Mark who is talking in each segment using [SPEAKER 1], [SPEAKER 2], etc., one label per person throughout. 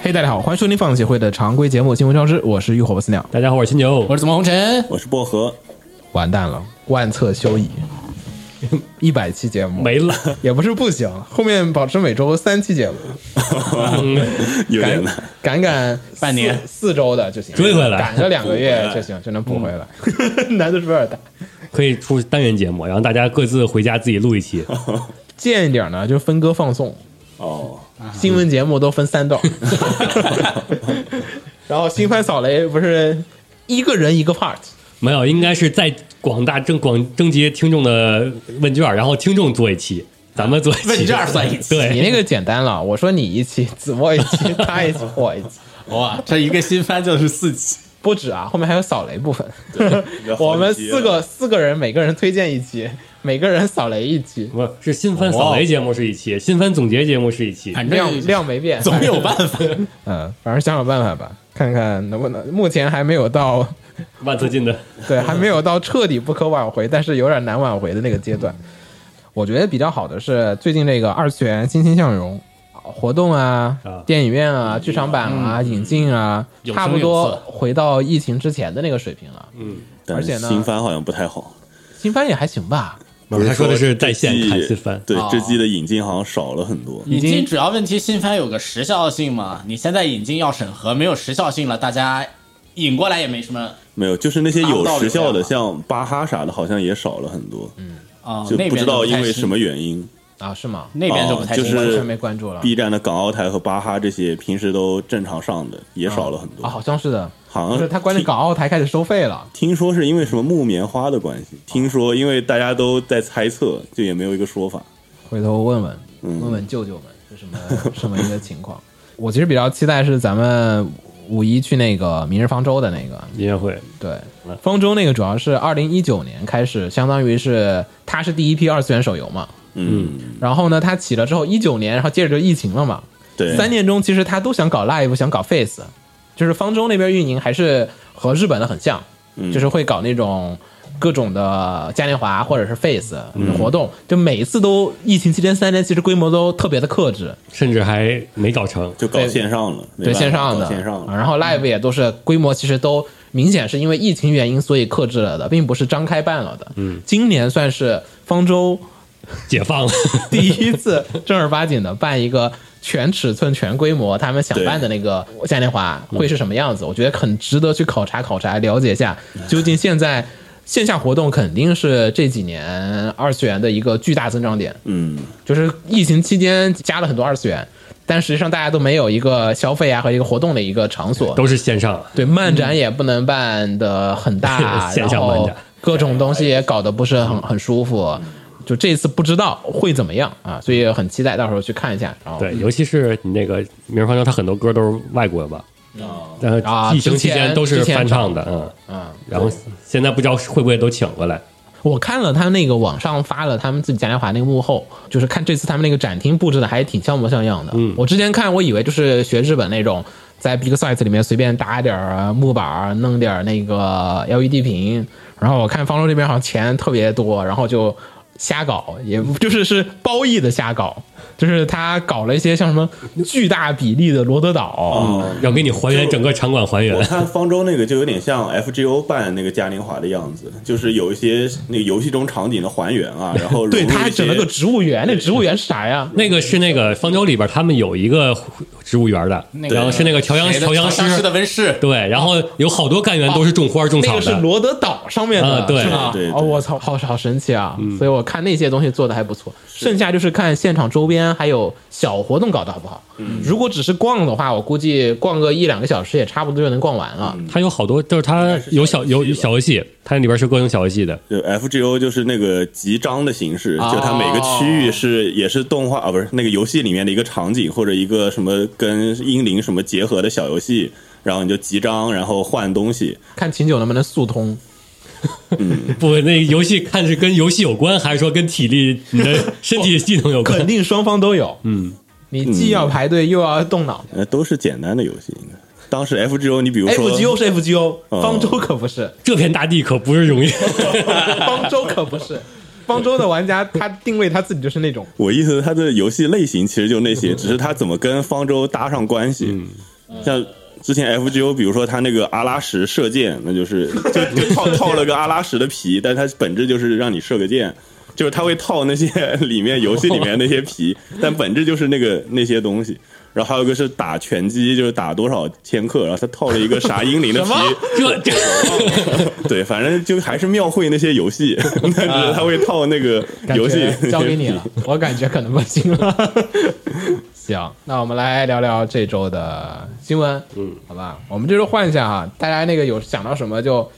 [SPEAKER 1] 嘿、大家好，欢迎收听放协会的常规节目《新闻超之》，我是浴火不死鸟。
[SPEAKER 2] 大家好，我是秦九，
[SPEAKER 3] 我是怎么红尘？
[SPEAKER 4] 我是薄荷，
[SPEAKER 1] 完蛋了，万策休矣， 一百期节目
[SPEAKER 2] 没了，
[SPEAKER 1] 也不是不行，后面保持每周三期节目，
[SPEAKER 4] 有点
[SPEAKER 1] 赶
[SPEAKER 4] 难。
[SPEAKER 1] 赶赶
[SPEAKER 3] 半年
[SPEAKER 1] 四四周的就行，
[SPEAKER 2] 追回来
[SPEAKER 1] 赶个两个
[SPEAKER 4] 补
[SPEAKER 1] 月
[SPEAKER 4] 回来
[SPEAKER 1] 就行，就能补回来， 难度是不是有点大？
[SPEAKER 2] 可以出单元节目，然后大家各自回家自己录一 期。
[SPEAKER 1] 建议点呢，就分割放送，
[SPEAKER 4] 哦，
[SPEAKER 1] 新闻节目都分三段，然后新番扫雷不是一个人一个 part，
[SPEAKER 2] 没有，应该是在广大征广征集听众的问卷，然后听众做一期，咱们做一期
[SPEAKER 3] 问卷算一期
[SPEAKER 1] 你
[SPEAKER 2] 对，
[SPEAKER 1] 那个简单了，我说你一期，子墨一期，他一期，我一期。
[SPEAKER 3] 哇，这一个新番就是四集，
[SPEAKER 1] 不止啊，后面还有扫雷部分。
[SPEAKER 4] 较好
[SPEAKER 1] 我们
[SPEAKER 4] 奇
[SPEAKER 1] 四个四个人，每个人推荐一期，每个人扫雷一期，
[SPEAKER 2] 不是新番扫雷节目是一期，新番总结节目是一期。
[SPEAKER 3] 反
[SPEAKER 1] 量
[SPEAKER 3] 正
[SPEAKER 1] 量没变。
[SPEAKER 3] 哦哎总有办法。
[SPEAKER 1] 嗯，反正想想办法吧，看看能不能。目前还没有到，
[SPEAKER 2] 万策进的，
[SPEAKER 1] 对，还没有到彻底不可挽回，但是有点难挽回的那个阶段。我觉得比较好的是最近这个二次元欣欣向荣活动啊
[SPEAKER 2] 啊、
[SPEAKER 1] 电影院啊、剧场版啊、引进啊，
[SPEAKER 3] 嗯有声
[SPEAKER 1] 差不
[SPEAKER 3] 有
[SPEAKER 1] 多
[SPEAKER 3] 色
[SPEAKER 1] 回到疫情之前的那个水平了。而
[SPEAKER 4] 但
[SPEAKER 1] 且
[SPEAKER 4] 是
[SPEAKER 1] 呢
[SPEAKER 4] 新番好像不太好。
[SPEAKER 1] 新番也还行吧，
[SPEAKER 2] 不是他说的是在线看
[SPEAKER 4] 这季
[SPEAKER 2] 新番
[SPEAKER 4] 对
[SPEAKER 3] 哦
[SPEAKER 4] 这季的引进好像少了很多。
[SPEAKER 3] 引
[SPEAKER 1] 经
[SPEAKER 3] 进主要问题，新番有个时效性嘛，你现在引进要审核，没有时效性了，大家引过来也没什么
[SPEAKER 4] 没有，就是那些有时效的，
[SPEAKER 3] 达不到流量
[SPEAKER 4] 像巴哈啥的，好像也少了很多，
[SPEAKER 1] 嗯
[SPEAKER 3] 啊，
[SPEAKER 4] 就
[SPEAKER 3] 那
[SPEAKER 4] 不知
[SPEAKER 3] 边就
[SPEAKER 4] 道
[SPEAKER 3] 太
[SPEAKER 4] 因为
[SPEAKER 3] 清
[SPEAKER 4] 什么原因。
[SPEAKER 1] 啊，是吗？
[SPEAKER 3] 那边就不
[SPEAKER 4] 哦
[SPEAKER 3] 太
[SPEAKER 4] 就
[SPEAKER 3] 清楚
[SPEAKER 4] 是
[SPEAKER 1] 完全没关注了
[SPEAKER 4] B 站的港澳台和巴哈这些平时都正常上的，也少了很多。嗯
[SPEAKER 1] 啊，好像是的，
[SPEAKER 4] 好
[SPEAKER 1] 就
[SPEAKER 4] 像
[SPEAKER 1] 是他关于
[SPEAKER 4] 听
[SPEAKER 1] 港澳台开始收费了，
[SPEAKER 4] 听说是因为什么木棉花的关系，听说因为大家都在猜测，就也没有一个说法。
[SPEAKER 1] 回头问问
[SPEAKER 4] 嗯
[SPEAKER 1] 问问舅舅们是什么 什么一个情况。我其实比较期待是咱们五一去那个明日方舟的那个，
[SPEAKER 2] 音乐会，
[SPEAKER 1] 对，方舟那个主要是二零一九年开始，相当于是它是第一批二次元手游嘛。
[SPEAKER 4] 嗯，
[SPEAKER 1] 然后呢，它起了之后，一九年，然后接着就疫情了嘛。
[SPEAKER 4] 对，
[SPEAKER 1] 三年中，其实他都想搞 live，想搞 face，就是方舟那边运营还是和日本的很像，
[SPEAKER 4] 嗯
[SPEAKER 1] 就是会搞那种各种的嘉年华或者是 face
[SPEAKER 4] 嗯
[SPEAKER 1] 活动，就每一次都疫情期间三年，其实规模都特别的克制，
[SPEAKER 2] 甚至还没搞成。
[SPEAKER 4] 就搞
[SPEAKER 1] 对
[SPEAKER 4] 线上了，没
[SPEAKER 1] 对
[SPEAKER 4] 办法
[SPEAKER 1] 线上的，
[SPEAKER 4] 搞线上嗯
[SPEAKER 1] 啊
[SPEAKER 4] 了，
[SPEAKER 1] 然后 live 也都是规模其实都明显是因为疫情原因所以克制了的，并不是张开办了的。嗯，今年算是方舟
[SPEAKER 2] 解放 了，
[SPEAKER 1] 第一次正儿八经的办一个全尺寸、全规模，他们想办的那个嘉年华会是什么样子？我觉得很值得去考察考察，了解一下究竟现在线下活动肯定是这几年二次元的一个巨大增长点，
[SPEAKER 4] 嗯，
[SPEAKER 1] 就是疫情期间加了很多二次元。但实际上，大家都没有一个消费啊和一个活动的一个场所，
[SPEAKER 2] 都是线上，
[SPEAKER 1] 对，漫展也不能办的很大，
[SPEAKER 2] 嗯 线
[SPEAKER 1] 然
[SPEAKER 2] 上
[SPEAKER 1] 后
[SPEAKER 2] 漫展
[SPEAKER 1] 各种东西也搞得不是很很舒服。就这次不知道会怎么样啊，所以很期待到时候去看一下。然后
[SPEAKER 2] 对，尤其是你那个《明日方舟》，它很多歌都是外国的吧？呃
[SPEAKER 1] 啊，
[SPEAKER 2] 疫情
[SPEAKER 1] 之
[SPEAKER 2] 期
[SPEAKER 1] 前
[SPEAKER 2] 间都是
[SPEAKER 1] 之前
[SPEAKER 2] 翻唱的，嗯
[SPEAKER 1] 嗯，
[SPEAKER 2] 然后现在不知道会不会都请回来。
[SPEAKER 1] 我看了他那个网上发了他们自己嘉年华那个幕后，就是看这次他们那个展厅布置的还挺像模像样的。嗯，我之前看我以为就是学日本那种，在 Big Size 里面随便搭点儿木板儿，弄点儿那个 LED 屏，然后我看方舟这边好像钱特别多，然后就瞎搞，也就是是褒义的瞎搞，就是他搞了一些像什么巨大比例的罗德岛。
[SPEAKER 4] 哦，
[SPEAKER 2] 要给你还原整个场馆还
[SPEAKER 4] 我
[SPEAKER 2] 原。
[SPEAKER 4] 看方舟那个就有点像 FGO 办那个嘉年华的样子，就是有一些那个游戏中场景的还 原啊，然后
[SPEAKER 1] 对，
[SPEAKER 4] 融入
[SPEAKER 1] 他还
[SPEAKER 4] 一些
[SPEAKER 1] 整了个植物园，那植物园是啥呀？
[SPEAKER 2] 那个是那个方舟里边，他们有一个植物园的，
[SPEAKER 3] 那个
[SPEAKER 2] 然后是那个调
[SPEAKER 3] 谁
[SPEAKER 2] 香
[SPEAKER 3] 的
[SPEAKER 2] 调香
[SPEAKER 3] 调
[SPEAKER 2] 师
[SPEAKER 3] 的温室，
[SPEAKER 2] 对，然后有好多干员都是种花种
[SPEAKER 1] 啊那
[SPEAKER 2] 草
[SPEAKER 1] 个是
[SPEAKER 2] 的，
[SPEAKER 1] 罗德岛上面的，
[SPEAKER 2] 啊对嗯
[SPEAKER 1] 是吗？
[SPEAKER 4] 对对
[SPEAKER 1] 哦，
[SPEAKER 4] 对
[SPEAKER 1] 我操，好好神奇啊！所以我看那些东西做的还不错，剩下就是看现场周边还有小活动搞得好不好。如果只是逛的话，我估计逛个一两个小时也差不多就能逛完了。
[SPEAKER 2] 它有好多就是它有小有有小游戏，它那里边是各种小游戏的，
[SPEAKER 4] 就 FGO 就是那个集章的形式，
[SPEAKER 1] 哦
[SPEAKER 4] 就它每个区域是也是动画啊，不是那个游戏里面的一个场景或者一个什么跟英灵什么结合的小游戏，然后你就集章，然后换东西。
[SPEAKER 1] 看秦九能不能速通，
[SPEAKER 2] 不，那游戏看是跟游戏有关，还是说跟体力你的身体系统有关
[SPEAKER 1] 肯？定双方都 有。嗯，你既要排队又要动脑。
[SPEAKER 4] 呃，都是简单的游戏，应该。当时 FGO，你比如说
[SPEAKER 1] FGO 是 FGO，
[SPEAKER 4] 哦
[SPEAKER 1] 方舟可不是，
[SPEAKER 2] 这片大地可不是容易。
[SPEAKER 1] 方舟可不是。方舟的玩家，他定位他自己就是那种
[SPEAKER 4] 我意思，它的游戏类型其实就那些，
[SPEAKER 1] 嗯
[SPEAKER 4] 只是它怎么跟方舟搭上关系。像之前 FGO，比如说它那个阿拉什射箭，那就是 就就套套了个阿拉什的皮，但它本质就是让你射个箭，就是它会套那些里面游戏里面那些 皮，但本质就是那个那些东西。然后还有一个是打拳击，就是打多少千克，然后它套了一个啥英灵的皮，
[SPEAKER 2] 这这
[SPEAKER 4] 对，反正就还是庙会那些游戏， 但是它会套那个
[SPEAKER 1] 感
[SPEAKER 4] 游戏
[SPEAKER 1] 觉。交 给你了，我感觉可能不行了。行，那我们来聊聊这周的新闻，嗯，好吧，我们这周换一下哈，大家那个有想到什么就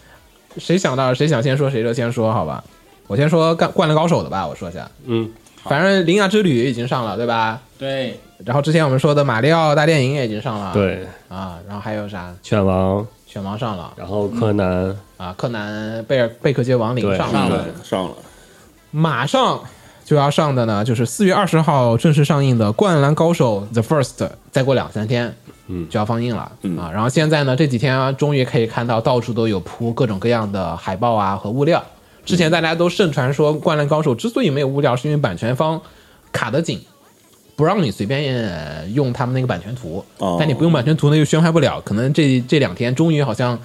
[SPEAKER 1] 谁想到谁想先说谁就先说，好吧？我先说《干灌篮高手》的吧，我说一下，
[SPEAKER 5] 嗯，
[SPEAKER 1] 反正《铃芽之旅》已经上了，对吧？
[SPEAKER 3] 对，
[SPEAKER 1] 然后之前我们说的《马里奥大电影》也已经上了，
[SPEAKER 2] 对，
[SPEAKER 1] 啊，然后还有啥？
[SPEAKER 2] 拳王，
[SPEAKER 1] 拳王上了
[SPEAKER 2] 然后柯南，
[SPEAKER 1] 啊，柯南贝尔贝克街亡灵
[SPEAKER 2] 对
[SPEAKER 1] 上
[SPEAKER 3] 上
[SPEAKER 1] 了，
[SPEAKER 3] 了
[SPEAKER 4] 对嗯上了。
[SPEAKER 1] 马上就要上的呢，就是四月二十号正式上映的《灌篮高手 The First》，再过两三天，嗯，就要放映了、嗯、啊。然后现在呢，这几天、啊、终于可以看到到处都有铺各种各样的海报啊和物料。之前大家都盛传说《灌篮高手》之所以没有物料，是因为版权方卡得紧，不让你随便呃用他们那个版权图。
[SPEAKER 4] 哦
[SPEAKER 1] 但你不用版权图呢，又宣发不了。可能这这两天终于好像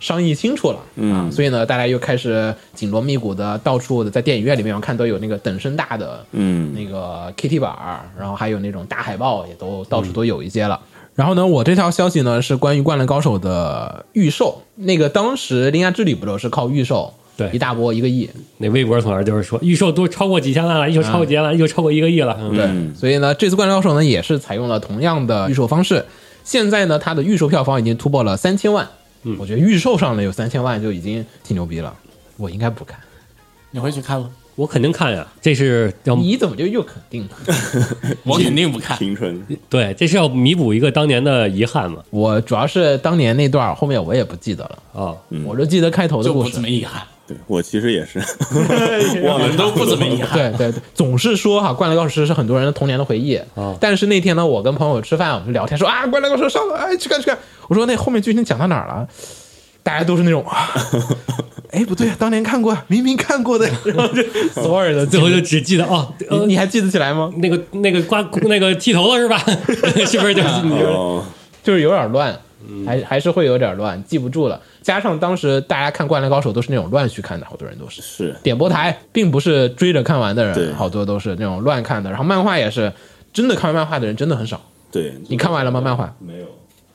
[SPEAKER 1] 商议清楚了，啊，所以呢，大家又开始紧锣密鼓的到处的在电影院里面，我看都有那个等身大的，
[SPEAKER 4] 嗯
[SPEAKER 1] 那个 KT 板儿，然后还有那种大海报，也都到处都有一些了。然后呢，我这条消息呢是关于《灌篮高手》的预售，那个当时《铃芽之旅》不都是靠预售，
[SPEAKER 2] 对
[SPEAKER 1] 一大波一个亿，
[SPEAKER 2] 那微博同样就是说预售都超过几千万了，预售超过几千万，预售超过一个亿了。嗯
[SPEAKER 1] 对，所以呢，这次《灌篮高手》呢也是采用了同样的预售方式。现在呢，它的预售票房已经突破了三千万，我觉得预售上呢有三千万就已经挺牛逼了。我应该不看，
[SPEAKER 3] 你回去看吗？
[SPEAKER 2] 我肯定看呀，这是要
[SPEAKER 1] 你怎么就又肯定了？
[SPEAKER 3] 我肯定不看。
[SPEAKER 4] 青春，
[SPEAKER 2] 对，这是要弥补一个当年的遗憾嘛？
[SPEAKER 1] 我主要是当年那段儿后面我也不记得了，
[SPEAKER 2] 啊，
[SPEAKER 1] 我就记得开头的
[SPEAKER 3] 嗯就
[SPEAKER 1] 故
[SPEAKER 3] 不
[SPEAKER 1] 事
[SPEAKER 3] 怎。么遗憾，
[SPEAKER 4] 对我其 实也是，
[SPEAKER 3] 我们都不怎么遗憾。
[SPEAKER 1] 对对对，总是说哈，《灌篮高手》是很多人的童年的回忆。
[SPEAKER 3] 啊
[SPEAKER 2] 哦
[SPEAKER 1] 但是那天呢，我跟朋友吃饭，我们就聊天说啊，《灌篮高手》上了，哎，去看去看。我说那后面剧情讲到哪儿了？大家都是那种， 啊哎，不对啊，当年看过，明明看过的， 然后 就所有人都
[SPEAKER 2] 最后就只记得哦，
[SPEAKER 1] 你
[SPEAKER 2] 呃
[SPEAKER 1] 你还记得起来吗？
[SPEAKER 2] 那个那个刮那个剃头了是吧？是不是就是你就是
[SPEAKER 4] 哦，
[SPEAKER 1] 就是有点乱，
[SPEAKER 3] 嗯
[SPEAKER 1] 还还是会有点乱，记不住了。加上当时大家看《灌篮高手》都是那种乱去看的，好多人都是。
[SPEAKER 4] 是
[SPEAKER 1] 点播台，并不是追着看完的
[SPEAKER 4] 对
[SPEAKER 1] 人，好多都是那种乱看的。然后漫画也是，真的看漫画的人真的很少。
[SPEAKER 4] 对，
[SPEAKER 1] 你看完了吗？漫画
[SPEAKER 4] 没有？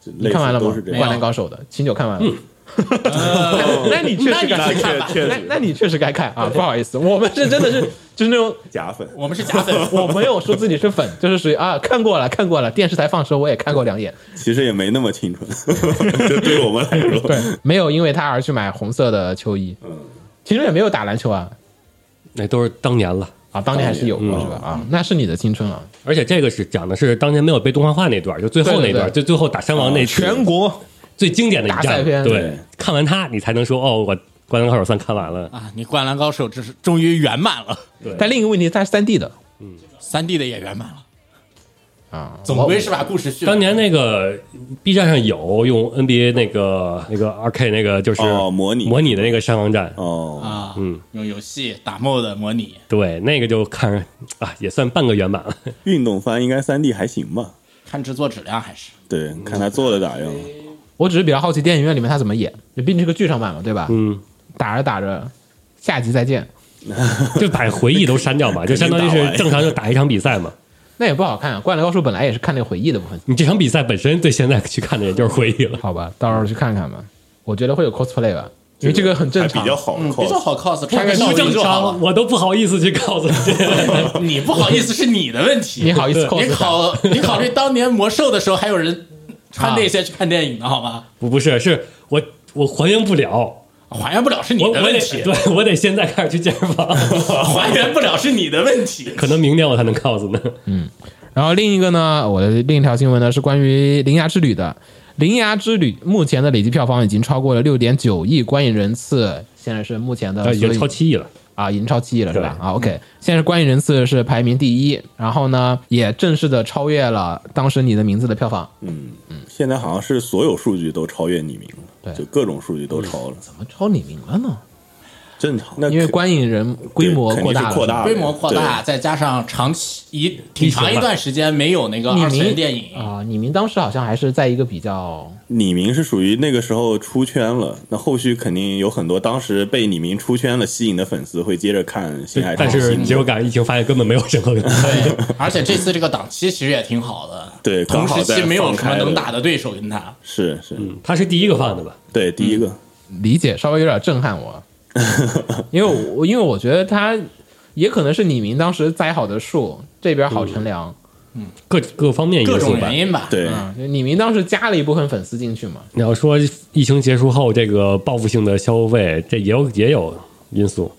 [SPEAKER 1] 你
[SPEAKER 4] 你
[SPEAKER 1] 看完了吗？
[SPEAKER 4] 都是
[SPEAKER 1] 《
[SPEAKER 4] 这
[SPEAKER 1] 灌篮
[SPEAKER 4] 样。
[SPEAKER 1] 高手》的秦九看完了。嗯 那你确实该
[SPEAKER 4] 那
[SPEAKER 1] 看，
[SPEAKER 4] 确确
[SPEAKER 1] 那
[SPEAKER 4] 实
[SPEAKER 1] 那你确实该看啊！不好意思，我们是真的是就是那种，
[SPEAKER 4] 假粉，
[SPEAKER 3] 我们是假粉，
[SPEAKER 1] 我没有说自己是粉，就是属于啊看过了看过了，电视台放时候我也看过两眼，
[SPEAKER 4] 其实也没那么 青春，就对我们来说，
[SPEAKER 1] 对，嗯没有因为他而去买红色的秋衣，其实也没有打篮球啊
[SPEAKER 2] 那都是当年了。
[SPEAKER 1] 啊，当年还是有过
[SPEAKER 2] 嗯
[SPEAKER 1] 是吧？啊，那是你的青春啊！
[SPEAKER 2] 而且这个是讲的是当年没有被动画化那段，就最后那段，
[SPEAKER 1] 对对对
[SPEAKER 2] 就最后打山王那次
[SPEAKER 1] 全国
[SPEAKER 2] 最经典的一
[SPEAKER 1] 大赛
[SPEAKER 2] 战。
[SPEAKER 1] 篇
[SPEAKER 2] 对
[SPEAKER 4] 对，
[SPEAKER 2] 看完它你才能说哦，我《灌篮高手》算看完了。
[SPEAKER 3] 啊！你《灌篮高手》这是终于圆满了，
[SPEAKER 1] 但另一个问题，它是三 D 的
[SPEAKER 3] 三 D 的也圆满了，
[SPEAKER 1] 啊，
[SPEAKER 3] 总归是把故事续了。
[SPEAKER 2] 当年那个 B 站上有用 NBA 那个那个 2K 那个就是
[SPEAKER 4] 哦模拟
[SPEAKER 2] 模拟的那个山王战，
[SPEAKER 4] 哦，
[SPEAKER 3] 啊，用游戏打 MOD 模拟，
[SPEAKER 2] 对，那个就看着啊也算半个圆满了。
[SPEAKER 4] 运动番应该三 D 还行吧？
[SPEAKER 3] 看制作质量还是
[SPEAKER 4] 对，看他做的咋样。
[SPEAKER 1] 我只是比较好奇电影院里面他怎么演，就毕竟是个剧场版嘛，对吧？嗯，打着打着，下集再见。
[SPEAKER 2] 就把回忆都删掉嘛，就相当
[SPEAKER 4] 肯
[SPEAKER 2] 于
[SPEAKER 4] 定打
[SPEAKER 2] 是
[SPEAKER 4] 完
[SPEAKER 2] 正常就打一场比赛嘛。
[SPEAKER 1] 那也不好看、啊。灌篮高手本来也是看那个回忆的部分，
[SPEAKER 2] 你这场比赛本身对现在去看的人就是回 忆了。
[SPEAKER 1] 好吧，到时候去看看吧。我觉得会有 cosplay 吧，因为这个很正
[SPEAKER 4] 还
[SPEAKER 1] 常
[SPEAKER 4] 比较。好
[SPEAKER 3] 嗯，比较
[SPEAKER 4] cos。
[SPEAKER 3] 好 cos，
[SPEAKER 1] 穿个
[SPEAKER 3] 少
[SPEAKER 2] 不
[SPEAKER 3] 林
[SPEAKER 2] 正
[SPEAKER 3] 就好
[SPEAKER 2] 常，
[SPEAKER 3] 了。
[SPEAKER 2] 我都不好意思去告诉你。
[SPEAKER 3] 你不好意思是你的问题，
[SPEAKER 1] 你好意思
[SPEAKER 3] 你
[SPEAKER 1] cos 他
[SPEAKER 3] 考你考虑当年魔兽的时候，还有人穿那些去看电影的好吗？
[SPEAKER 2] 不不是，是我我还原不了，
[SPEAKER 3] 还原不了是你
[SPEAKER 2] 我
[SPEAKER 3] 的
[SPEAKER 2] 我
[SPEAKER 3] 问
[SPEAKER 2] 得
[SPEAKER 3] 题，
[SPEAKER 2] 对我得现在开始去健身房，
[SPEAKER 3] 还原不了是你的问题。
[SPEAKER 2] 可能明年我才能告诉呢。
[SPEAKER 1] 然后另一个呢，我的另一条新闻呢是关于《铃芽之旅》的，《铃芽之旅》目前的累计票房已经超过了六点九亿观影人次，现在是目前的
[SPEAKER 2] 啊已经
[SPEAKER 1] 所有
[SPEAKER 2] 超七亿了，
[SPEAKER 1] 啊，已经超七亿了是吧？
[SPEAKER 2] 对
[SPEAKER 1] 啊，OK，现在观影人次是排名第一，然后呢也正式的超越了当时你的名字的票房，
[SPEAKER 4] 现在好像是所有数据都超越匿名
[SPEAKER 1] 对
[SPEAKER 4] 了，就各种数据都超了，
[SPEAKER 1] 怎么超你名了呢？
[SPEAKER 4] 正常。那
[SPEAKER 1] 嗯因为
[SPEAKER 4] 肯
[SPEAKER 1] 观影人规模
[SPEAKER 4] 对肯
[SPEAKER 1] 扩
[SPEAKER 4] 定是
[SPEAKER 1] 大了，
[SPEAKER 4] 扩大了
[SPEAKER 3] 规模扩大，再加上长期一挺长一段时间没有那个
[SPEAKER 1] 你
[SPEAKER 3] 二次
[SPEAKER 1] 明
[SPEAKER 3] 元电影，
[SPEAKER 1] 啊，你明当时好像还是在一个比较
[SPEAKER 4] 李明是属于那个时候出圈了，那后续肯定有很多当时被李明出圈了吸引的粉丝会接着看《新海诚
[SPEAKER 2] 但》是结果赶上疫情发现根本没有任何。
[SPEAKER 3] 对， 而且这次这个档期其实也挺好的，
[SPEAKER 4] 对
[SPEAKER 3] 同
[SPEAKER 4] 刚好
[SPEAKER 3] 时期
[SPEAKER 4] 在
[SPEAKER 3] 没有
[SPEAKER 4] 放
[SPEAKER 3] 什么
[SPEAKER 4] 开
[SPEAKER 3] 能
[SPEAKER 4] 了
[SPEAKER 3] 打的对手跟他，
[SPEAKER 4] 是是，
[SPEAKER 2] 他是第一个放的吧？
[SPEAKER 4] 对第一个
[SPEAKER 1] 理解，稍微有点震撼 我，因为我因为我觉得他也可能是李明当时栽好的树，这边好乘凉。
[SPEAKER 2] 各各方面
[SPEAKER 3] 各
[SPEAKER 2] 因素
[SPEAKER 3] 种
[SPEAKER 2] 吧
[SPEAKER 3] 原。因吧。
[SPEAKER 4] 对
[SPEAKER 1] 啊，就李明当时加了一部分粉丝进去嘛，
[SPEAKER 2] 你要说疫情结束后这个报复性的消费，这也有也有因素。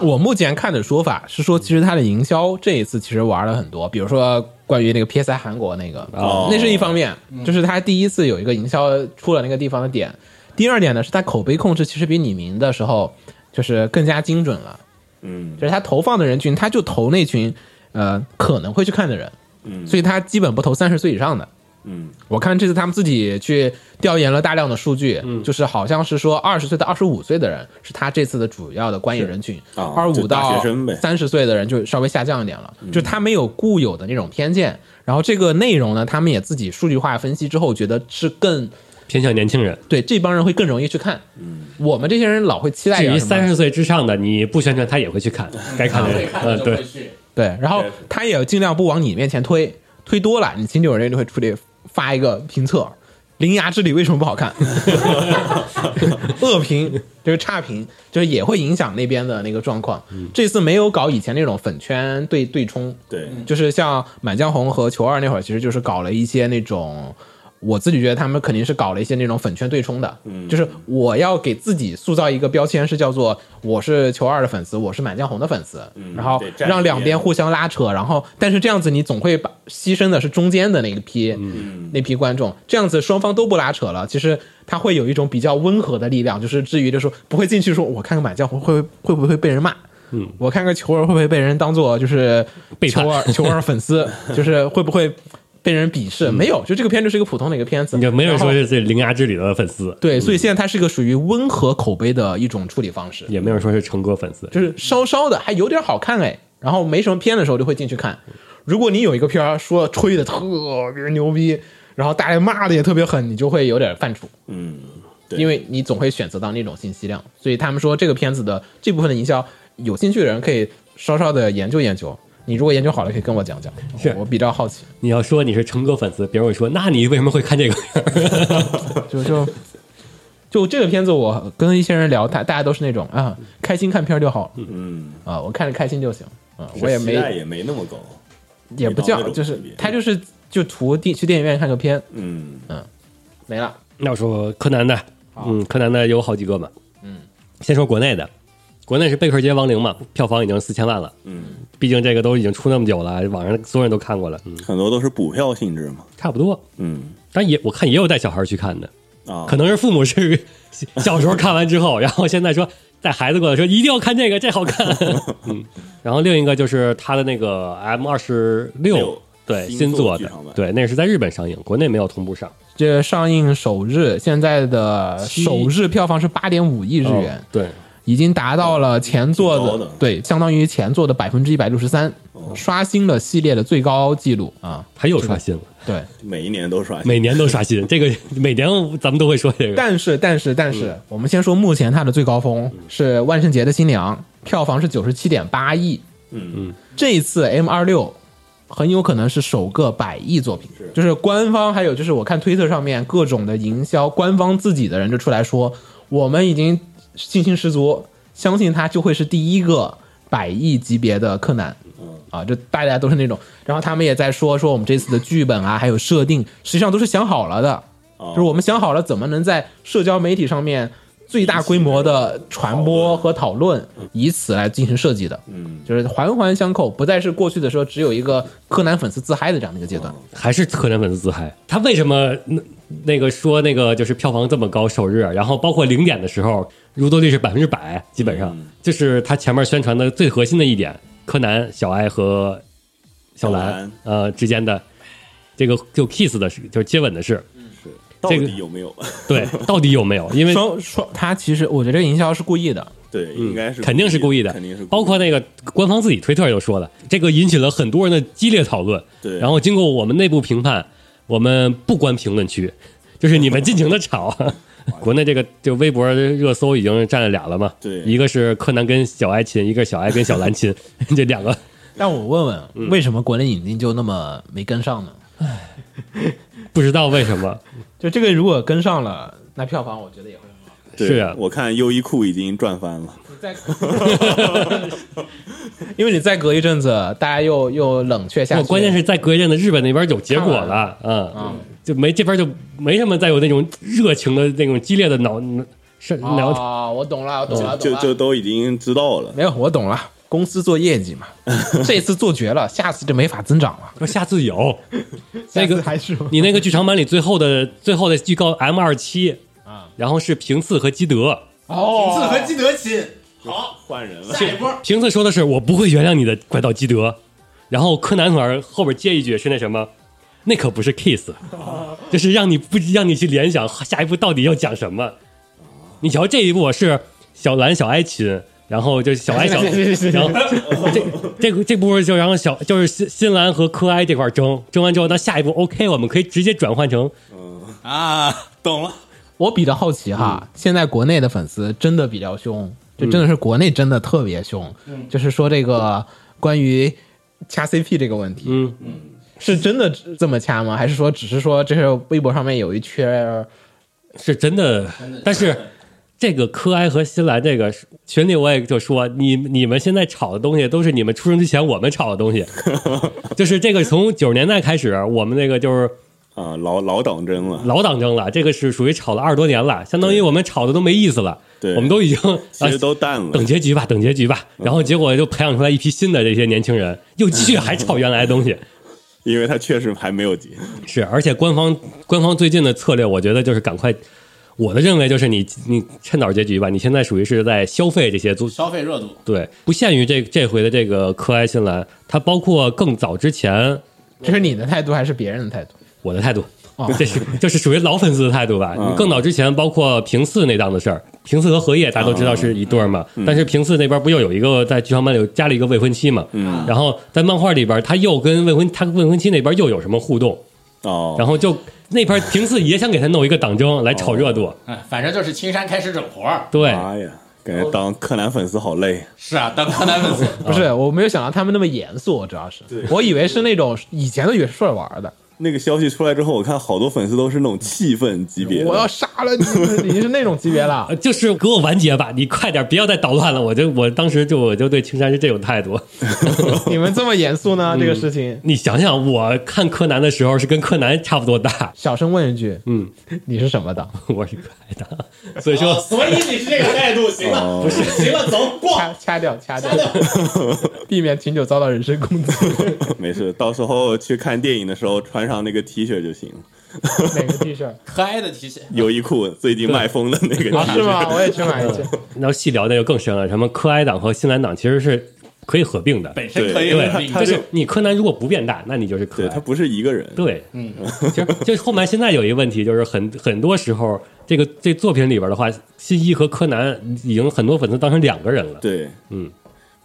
[SPEAKER 1] 我目前看的说法是说，其实它的营销这一次其实玩了很多，比如说关于那个 PSI 韩国那个，
[SPEAKER 4] 哦
[SPEAKER 1] 那是一方面，就是它第一次有一个营销出了那个地方的点。第二点呢，是它口碑控制其实比李明的时候就是更加精准了，
[SPEAKER 4] 嗯，
[SPEAKER 1] 就是它投放的人群，它就投那群呃可能会去看的人，
[SPEAKER 4] 嗯
[SPEAKER 1] 所以它基本不投三十岁以上的。
[SPEAKER 4] 嗯，
[SPEAKER 1] 我看这次他们自己去调研了大量的数据，就是好像是说二十岁到二十五岁的人是他这次的主要的观影人群，
[SPEAKER 4] 啊
[SPEAKER 1] 二十
[SPEAKER 4] 就
[SPEAKER 1] 五
[SPEAKER 4] 大
[SPEAKER 1] 到
[SPEAKER 4] 学生呗嗯
[SPEAKER 1] 三十岁的人就稍微下降一点了，就他没有固有的那种偏见。然后这个内容呢，他们也自己数据化分析之后，觉得是更
[SPEAKER 2] 偏向年轻人。
[SPEAKER 1] 对这帮人会更容易去看。
[SPEAKER 4] 嗯
[SPEAKER 1] 我们这些人老会期待
[SPEAKER 2] 至
[SPEAKER 3] 哎
[SPEAKER 1] 点
[SPEAKER 2] 于
[SPEAKER 1] 什么
[SPEAKER 2] 三十岁之上的，你不宣传他也会去看，该看的
[SPEAKER 3] 会
[SPEAKER 2] 人，
[SPEAKER 3] 看的
[SPEAKER 2] 嗯，
[SPEAKER 3] 就
[SPEAKER 2] 对
[SPEAKER 3] 会，去。
[SPEAKER 1] 对，然后
[SPEAKER 4] 对是
[SPEAKER 1] 他也尽量不往你面前推，推多了，你秦九人就会出来发一个评测，《铃芽之旅》为什么不好看？ 恶评就是差评，就是也会影响那边的那个状况。这次没有搞以前那种粉圈对对冲，
[SPEAKER 4] 嗯
[SPEAKER 1] 嗯
[SPEAKER 4] 对，
[SPEAKER 1] 就是像《满江红》和《球二》那会儿，其实就是搞了一些那种。我自己觉得他们肯定是搞了一些那种粉圈对冲的，
[SPEAKER 4] 嗯
[SPEAKER 1] 就是我要给自己塑造一个标签，是叫做我是球二的粉丝，我是满江红的粉丝，然后
[SPEAKER 4] 嗯对站啊
[SPEAKER 1] 让
[SPEAKER 4] 一
[SPEAKER 1] 两边
[SPEAKER 4] 边
[SPEAKER 1] 互相拉扯，然后但是这样子你总会把牺牲的是中间的那一批、
[SPEAKER 2] 嗯
[SPEAKER 1] 那批观众，这样子双方都不拉扯了，其实他会有一种比较温和的力量，就是至于就说不会进去说我看个满江红会会不会被人骂，我看个球儿会不会被人当做就是
[SPEAKER 2] 嗯背叛
[SPEAKER 1] 球儿球儿粉丝， 就是会不会被人鄙视？没有，就这个片子是一个普通的一个片子，
[SPEAKER 2] 嗯你就没人说嗯
[SPEAKER 1] 然后
[SPEAKER 2] 是这《铃芽之旅》的粉丝，
[SPEAKER 1] 对，所以现在它是一个属于温和口碑的一种处理方式，
[SPEAKER 2] 也没有人说是成哥粉丝。
[SPEAKER 1] 就是稍稍的还有点好看哎，然后没什么片的时候就会进去看。如果你有一个片儿说吹的特别牛逼，然后大家骂的也特别狠，你就会有点犯怵。
[SPEAKER 4] 嗯，对
[SPEAKER 1] 因为你总会选择到那种信息量，所以他们说这个片子的这部分的营销，有兴趣的人可以稍稍的研究研究。你如果研究好了，可以跟我讲讲，
[SPEAKER 2] 是
[SPEAKER 1] 我比较好奇。
[SPEAKER 2] 你要说你是成哥粉丝，别人会说，那你为什么会看这个？
[SPEAKER 1] 就就 就这个片子，我跟一些人聊，大大家都是那种啊，开心看片儿就好，
[SPEAKER 4] 嗯，
[SPEAKER 1] 啊，我看着开心就行，啊，我也
[SPEAKER 4] 期待
[SPEAKER 1] 没
[SPEAKER 4] 也没那么高，
[SPEAKER 1] 也不
[SPEAKER 4] 没
[SPEAKER 1] 叫
[SPEAKER 4] 到那，种
[SPEAKER 1] 就是
[SPEAKER 4] 级别
[SPEAKER 1] 他就是就图电去电影院看个片，
[SPEAKER 4] 嗯，
[SPEAKER 1] 没了。
[SPEAKER 2] 那我说柯南的，
[SPEAKER 4] 啊
[SPEAKER 2] 嗯，柯南的有好几个嘛，嗯，先说国内的，国内是《贝克街亡灵》嘛，票房已经四千万了，嗯，毕竟这个都已经出那么久了，网上所有人都看过了，嗯，
[SPEAKER 4] 很多都是补票性质嘛，
[SPEAKER 2] 差不多，
[SPEAKER 4] 嗯
[SPEAKER 2] 但也我看也有带小孩去看的，
[SPEAKER 4] 啊，
[SPEAKER 2] 可能是父母是 小时候看完之后，然后现在说带孩子过来说一定要看这个，这 好看。嗯，然后另一个就是他的那个 M 二十六
[SPEAKER 4] 六，
[SPEAKER 2] 对新
[SPEAKER 4] 新
[SPEAKER 2] 做
[SPEAKER 4] 作
[SPEAKER 2] 的
[SPEAKER 4] 剧场版，
[SPEAKER 2] 对，那是在日本上映，国内没有同步上。
[SPEAKER 1] 这上映首日，现在的
[SPEAKER 2] 七
[SPEAKER 1] 首日票房是八点五亿日元
[SPEAKER 2] 哦，对，
[SPEAKER 1] 已经达到了前作
[SPEAKER 4] 哦挺高
[SPEAKER 1] 的
[SPEAKER 4] 的哦
[SPEAKER 1] 对，相当于前作的百分之一百六十三，刷新了系列的最高纪录啊！
[SPEAKER 2] 他又刷新了，
[SPEAKER 1] 对，
[SPEAKER 4] 每一年都刷，
[SPEAKER 2] 每年都刷 新，这个每年咱们都会说这个。
[SPEAKER 1] 但是但是但是，我们先说目前它的最高峰是《万圣节的新娘》，票房是九十七点八亿。
[SPEAKER 4] 嗯
[SPEAKER 1] 这一次 M 二六很有可能是首个百亿作品。就是官方还有就是我看推特上面各种的营销，官方自己的人就出来说，我们已经信心十足，相信它就会是第一个百亿级别的柯南。啊，就大家都是那种，然后他们也在说说我们这次的剧本啊，还有设定，实际上都是想好了的，
[SPEAKER 4] 啊
[SPEAKER 1] 就是我们想好了怎么能在社交媒体上面最大规模的传播和讨论，以此来进行设计的，嗯，就是环环相扣，不再是过去的时候只有一个柯南粉丝自嗨的这样的一个阶段，
[SPEAKER 2] 还是柯南粉丝自嗨。他为什么那那个说那个就是票房这么高首日，然后包括零点的时候入座率是百分之百，基本上就是他前面宣传的最核心的一点，柯南、小哀和小
[SPEAKER 4] 小
[SPEAKER 2] 兰
[SPEAKER 4] 兰
[SPEAKER 2] 呃之间的这个就 kiss 的事，就是接吻的事，
[SPEAKER 4] 到
[SPEAKER 2] 这
[SPEAKER 4] 底
[SPEAKER 2] 个
[SPEAKER 4] 有没有？
[SPEAKER 2] 对，到底有没有？
[SPEAKER 4] 嗯
[SPEAKER 2] 因为
[SPEAKER 1] 双双，他其实我觉得这个营销是故意的，
[SPEAKER 4] 对，应该是
[SPEAKER 2] 肯定是故意的，
[SPEAKER 4] 肯定是故意的
[SPEAKER 2] 包括那个官方自己推特就说了，这个引起了很多人的激烈讨论。
[SPEAKER 4] 对
[SPEAKER 2] 然后经过我们内部评判，我们不关评论 区，就是你们尽情的吵。啊国内这个就微博热搜已经占了俩了嘛，
[SPEAKER 4] 对
[SPEAKER 2] 一个是柯南跟小爱亲，一个是小爱跟小兰亲， 这两个
[SPEAKER 1] 但我问问，
[SPEAKER 4] 嗯
[SPEAKER 1] 为什么国内引进就那么没跟上呢？
[SPEAKER 2] 不知道为什么。
[SPEAKER 1] 就这个如果跟上了，那票房我觉得也会很好。
[SPEAKER 4] 对
[SPEAKER 2] 是啊
[SPEAKER 4] 我看优衣库已经赚翻了，
[SPEAKER 1] 你再，因为你再隔一 阵子，大家又又冷却下
[SPEAKER 2] 我
[SPEAKER 1] 去。
[SPEAKER 2] 关键是在隔一阵子，日本那边有结果了，嗯，就没这边就没什么再有那种热情的那种激烈的脑是聊
[SPEAKER 1] 哦，我懂了，我懂了，懂
[SPEAKER 4] 就
[SPEAKER 1] 了
[SPEAKER 4] 就都已经知道了。
[SPEAKER 1] 没有，我懂了。公司做业 绩嘛，这次做绝了，下次就没法增长了。
[SPEAKER 2] 说下次有，那
[SPEAKER 1] 下次
[SPEAKER 2] 个
[SPEAKER 1] 还是
[SPEAKER 2] 你那个剧场版里最后的最后的预告 M 二七啊，然后是平次和基德。
[SPEAKER 3] 平次
[SPEAKER 1] 哦，
[SPEAKER 3] 和基德起，好，
[SPEAKER 4] 换人了，
[SPEAKER 3] 下一波
[SPEAKER 2] 平次说的是我不会原谅你的，怪盗基德。然后柯南反而后边接一句是那什么，那可不是 kiss，就是让你不让你去联想下一步到底要讲什么。你瞧这一步是小兰小哀亲，然后就小哀小，然后这这个这波就然后小就是新新兰和柯哀这块争争完之后，那下一步 OK，我们可以直接转换成
[SPEAKER 3] 啊，懂了，
[SPEAKER 1] 我比较好奇哈，现在国内的粉丝真的比较凶，就真的是国内真的特别凶。就是说这个关于掐 CP 这个问题，
[SPEAKER 2] 嗯
[SPEAKER 1] 是真的这么掐吗？还是说只是说这是微博上面有一圈
[SPEAKER 2] 是真的，但是这个柯哀和新兰这个群里我也就说，你你们现在炒的东西都是你们出生之前我们炒的 东西，就是这个从九十年代开始，我们那个就是
[SPEAKER 4] 啊，老老党争了。
[SPEAKER 1] 嗯
[SPEAKER 2] 老党争了，这个是属于炒了二十多年了，相当于我们炒的都没意思了，
[SPEAKER 4] 对
[SPEAKER 2] 我们都已经
[SPEAKER 4] 其实都嗯淡
[SPEAKER 2] 啊
[SPEAKER 4] 了
[SPEAKER 2] 等，结局吧，等结局吧，然后结果就培养出来一批新的这些年轻人，又继 续还炒原来的东西。
[SPEAKER 4] 因为他确实还没有结。
[SPEAKER 2] 是，而且官方官方最近的策略，我觉得就是赶快，我的认为就是你你趁早结局吧。你现在属于是在消费这些作，
[SPEAKER 3] 消费热度，
[SPEAKER 2] 对，不限于这这回的这个可爱新兰，它包括更早之前
[SPEAKER 1] 这是你的态度还是别人的态度？
[SPEAKER 2] 我的态度
[SPEAKER 1] 哦。
[SPEAKER 2] 这是就是属于老粉丝的态度吧。
[SPEAKER 4] 嗯
[SPEAKER 2] 你更早之前，包括平四那档子事儿，平四和荷叶大家都知
[SPEAKER 4] 哦
[SPEAKER 2] 道是一对儿嘛。
[SPEAKER 4] 嗯
[SPEAKER 2] 但是平四那边不又有一个在剧场版里有加了一个未婚妻嘛？
[SPEAKER 4] 嗯
[SPEAKER 2] 然后在漫画里边，他又跟未婚他跟未婚妻那边又有什么互动？
[SPEAKER 4] 哦，
[SPEAKER 2] 然后就那边平次也想给他弄一个党争来炒热
[SPEAKER 4] 哦
[SPEAKER 2] 度，
[SPEAKER 3] 哎，反正就是青山开始整活儿
[SPEAKER 2] 对，
[SPEAKER 1] 哎
[SPEAKER 4] 妈呀，感觉当柯南粉丝好累。
[SPEAKER 3] 是啊，当柯南粉 丝，
[SPEAKER 1] 不是，我没有想到他们那么严肃，主要是我以为是那种以前都以为是说着玩儿的，
[SPEAKER 4] 那个消息出来之后，我看好多粉丝都是那种气愤级别的。
[SPEAKER 1] 我要杀了你，已经是那种级别了
[SPEAKER 2] 呃。就是给我完结吧，你快点，不要再捣乱了。我就我当时就我就对青山是这种 态度。
[SPEAKER 1] 你们这么严肃呢？这个事情，
[SPEAKER 2] 你想想，我看柯南的时候是跟柯南差不多大，
[SPEAKER 1] 小声问一句，
[SPEAKER 2] 嗯，
[SPEAKER 1] 你是什么党？
[SPEAKER 2] 我是可爱的，所以
[SPEAKER 4] 哦
[SPEAKER 2] 说
[SPEAKER 3] 所以你是这个态度，行
[SPEAKER 2] 哦
[SPEAKER 3] 了，不是，行了，走，
[SPEAKER 1] 掐
[SPEAKER 3] 逛，
[SPEAKER 1] 掐掉，掐掉， 避免秦九遭到人身攻 击。
[SPEAKER 4] 没事，到时候去看电影的时候穿上那个 T 恤就行了。
[SPEAKER 1] 哪个 T 恤？
[SPEAKER 3] 可爱的提醒，
[SPEAKER 4] 优衣库最近卖疯的那个 T
[SPEAKER 1] 啊，是
[SPEAKER 4] 恤，
[SPEAKER 1] 吗？ 我也去买一件。
[SPEAKER 2] 然后细聊的就更深了，什么柯爱党和新兰党其实是可以合并的，
[SPEAKER 3] 本身可以
[SPEAKER 4] 对
[SPEAKER 3] 稳定，
[SPEAKER 4] 他
[SPEAKER 2] 就
[SPEAKER 4] 这
[SPEAKER 2] 是你柯南如果不变大，那你就是可
[SPEAKER 4] 对
[SPEAKER 2] 爱
[SPEAKER 4] 他。不是一个人。
[SPEAKER 2] 对，嗯，其实就是后面现在有一个问题，就是很很多时候，这个这作品里边的话，新一和柯南已经很多粉丝当成两个人了。
[SPEAKER 4] 对，
[SPEAKER 2] 嗯，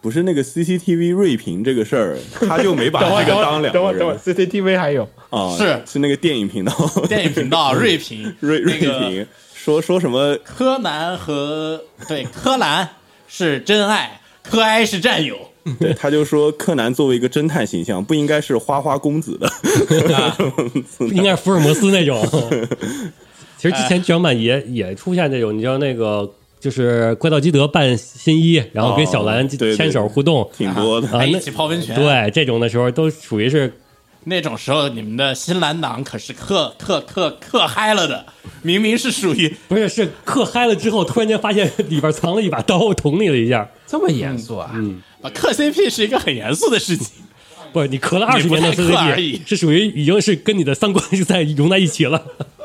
[SPEAKER 4] 不是那个 CCTV 锐评这个 事儿，他就没把
[SPEAKER 1] 等会儿，
[SPEAKER 4] 这
[SPEAKER 1] 等会
[SPEAKER 4] 个当
[SPEAKER 1] 儿，
[SPEAKER 4] 两
[SPEAKER 1] 等会
[SPEAKER 4] 个
[SPEAKER 1] 儿，等会儿
[SPEAKER 4] 人
[SPEAKER 1] ，CCTV 还有
[SPEAKER 4] 啊，
[SPEAKER 3] 是
[SPEAKER 4] 是那个电影频道
[SPEAKER 3] 电影频
[SPEAKER 2] 嗯
[SPEAKER 3] 道锐评，
[SPEAKER 4] 锐锐
[SPEAKER 3] 那个
[SPEAKER 4] 评说说什么
[SPEAKER 3] 柯南和对柯南是真爱，柯哀是战友。
[SPEAKER 4] 对， 他就说柯南作为一个侦探形象，不应该是花花公子的。
[SPEAKER 2] 应该是福尔摩斯那种。 其实之
[SPEAKER 4] 哎
[SPEAKER 2] 前剧场版也也出现这种，你知道那个就是怪盗基德扮新一，然后跟小兰
[SPEAKER 4] 哦对对
[SPEAKER 2] 牵手互动，
[SPEAKER 4] 挺多的。
[SPEAKER 2] 啊
[SPEAKER 3] 还一
[SPEAKER 2] 那
[SPEAKER 3] 起泡温泉。，
[SPEAKER 2] 对这种的时候都属于是
[SPEAKER 3] 那种时候你们的新蓝党可是克克克克嗨了的，明明是属于
[SPEAKER 2] 不是是嗑嗨了之后，突然间发现里边藏了一把刀，捅你了一下。
[SPEAKER 1] 这么严肃啊？
[SPEAKER 3] 啊克 CP 是一个很严肃的事情。
[SPEAKER 2] 不是你咳了二十年的
[SPEAKER 3] 你不太嗑而
[SPEAKER 2] CCD，
[SPEAKER 3] 已
[SPEAKER 2] 是属于已经是跟你的三观是在融在一起了。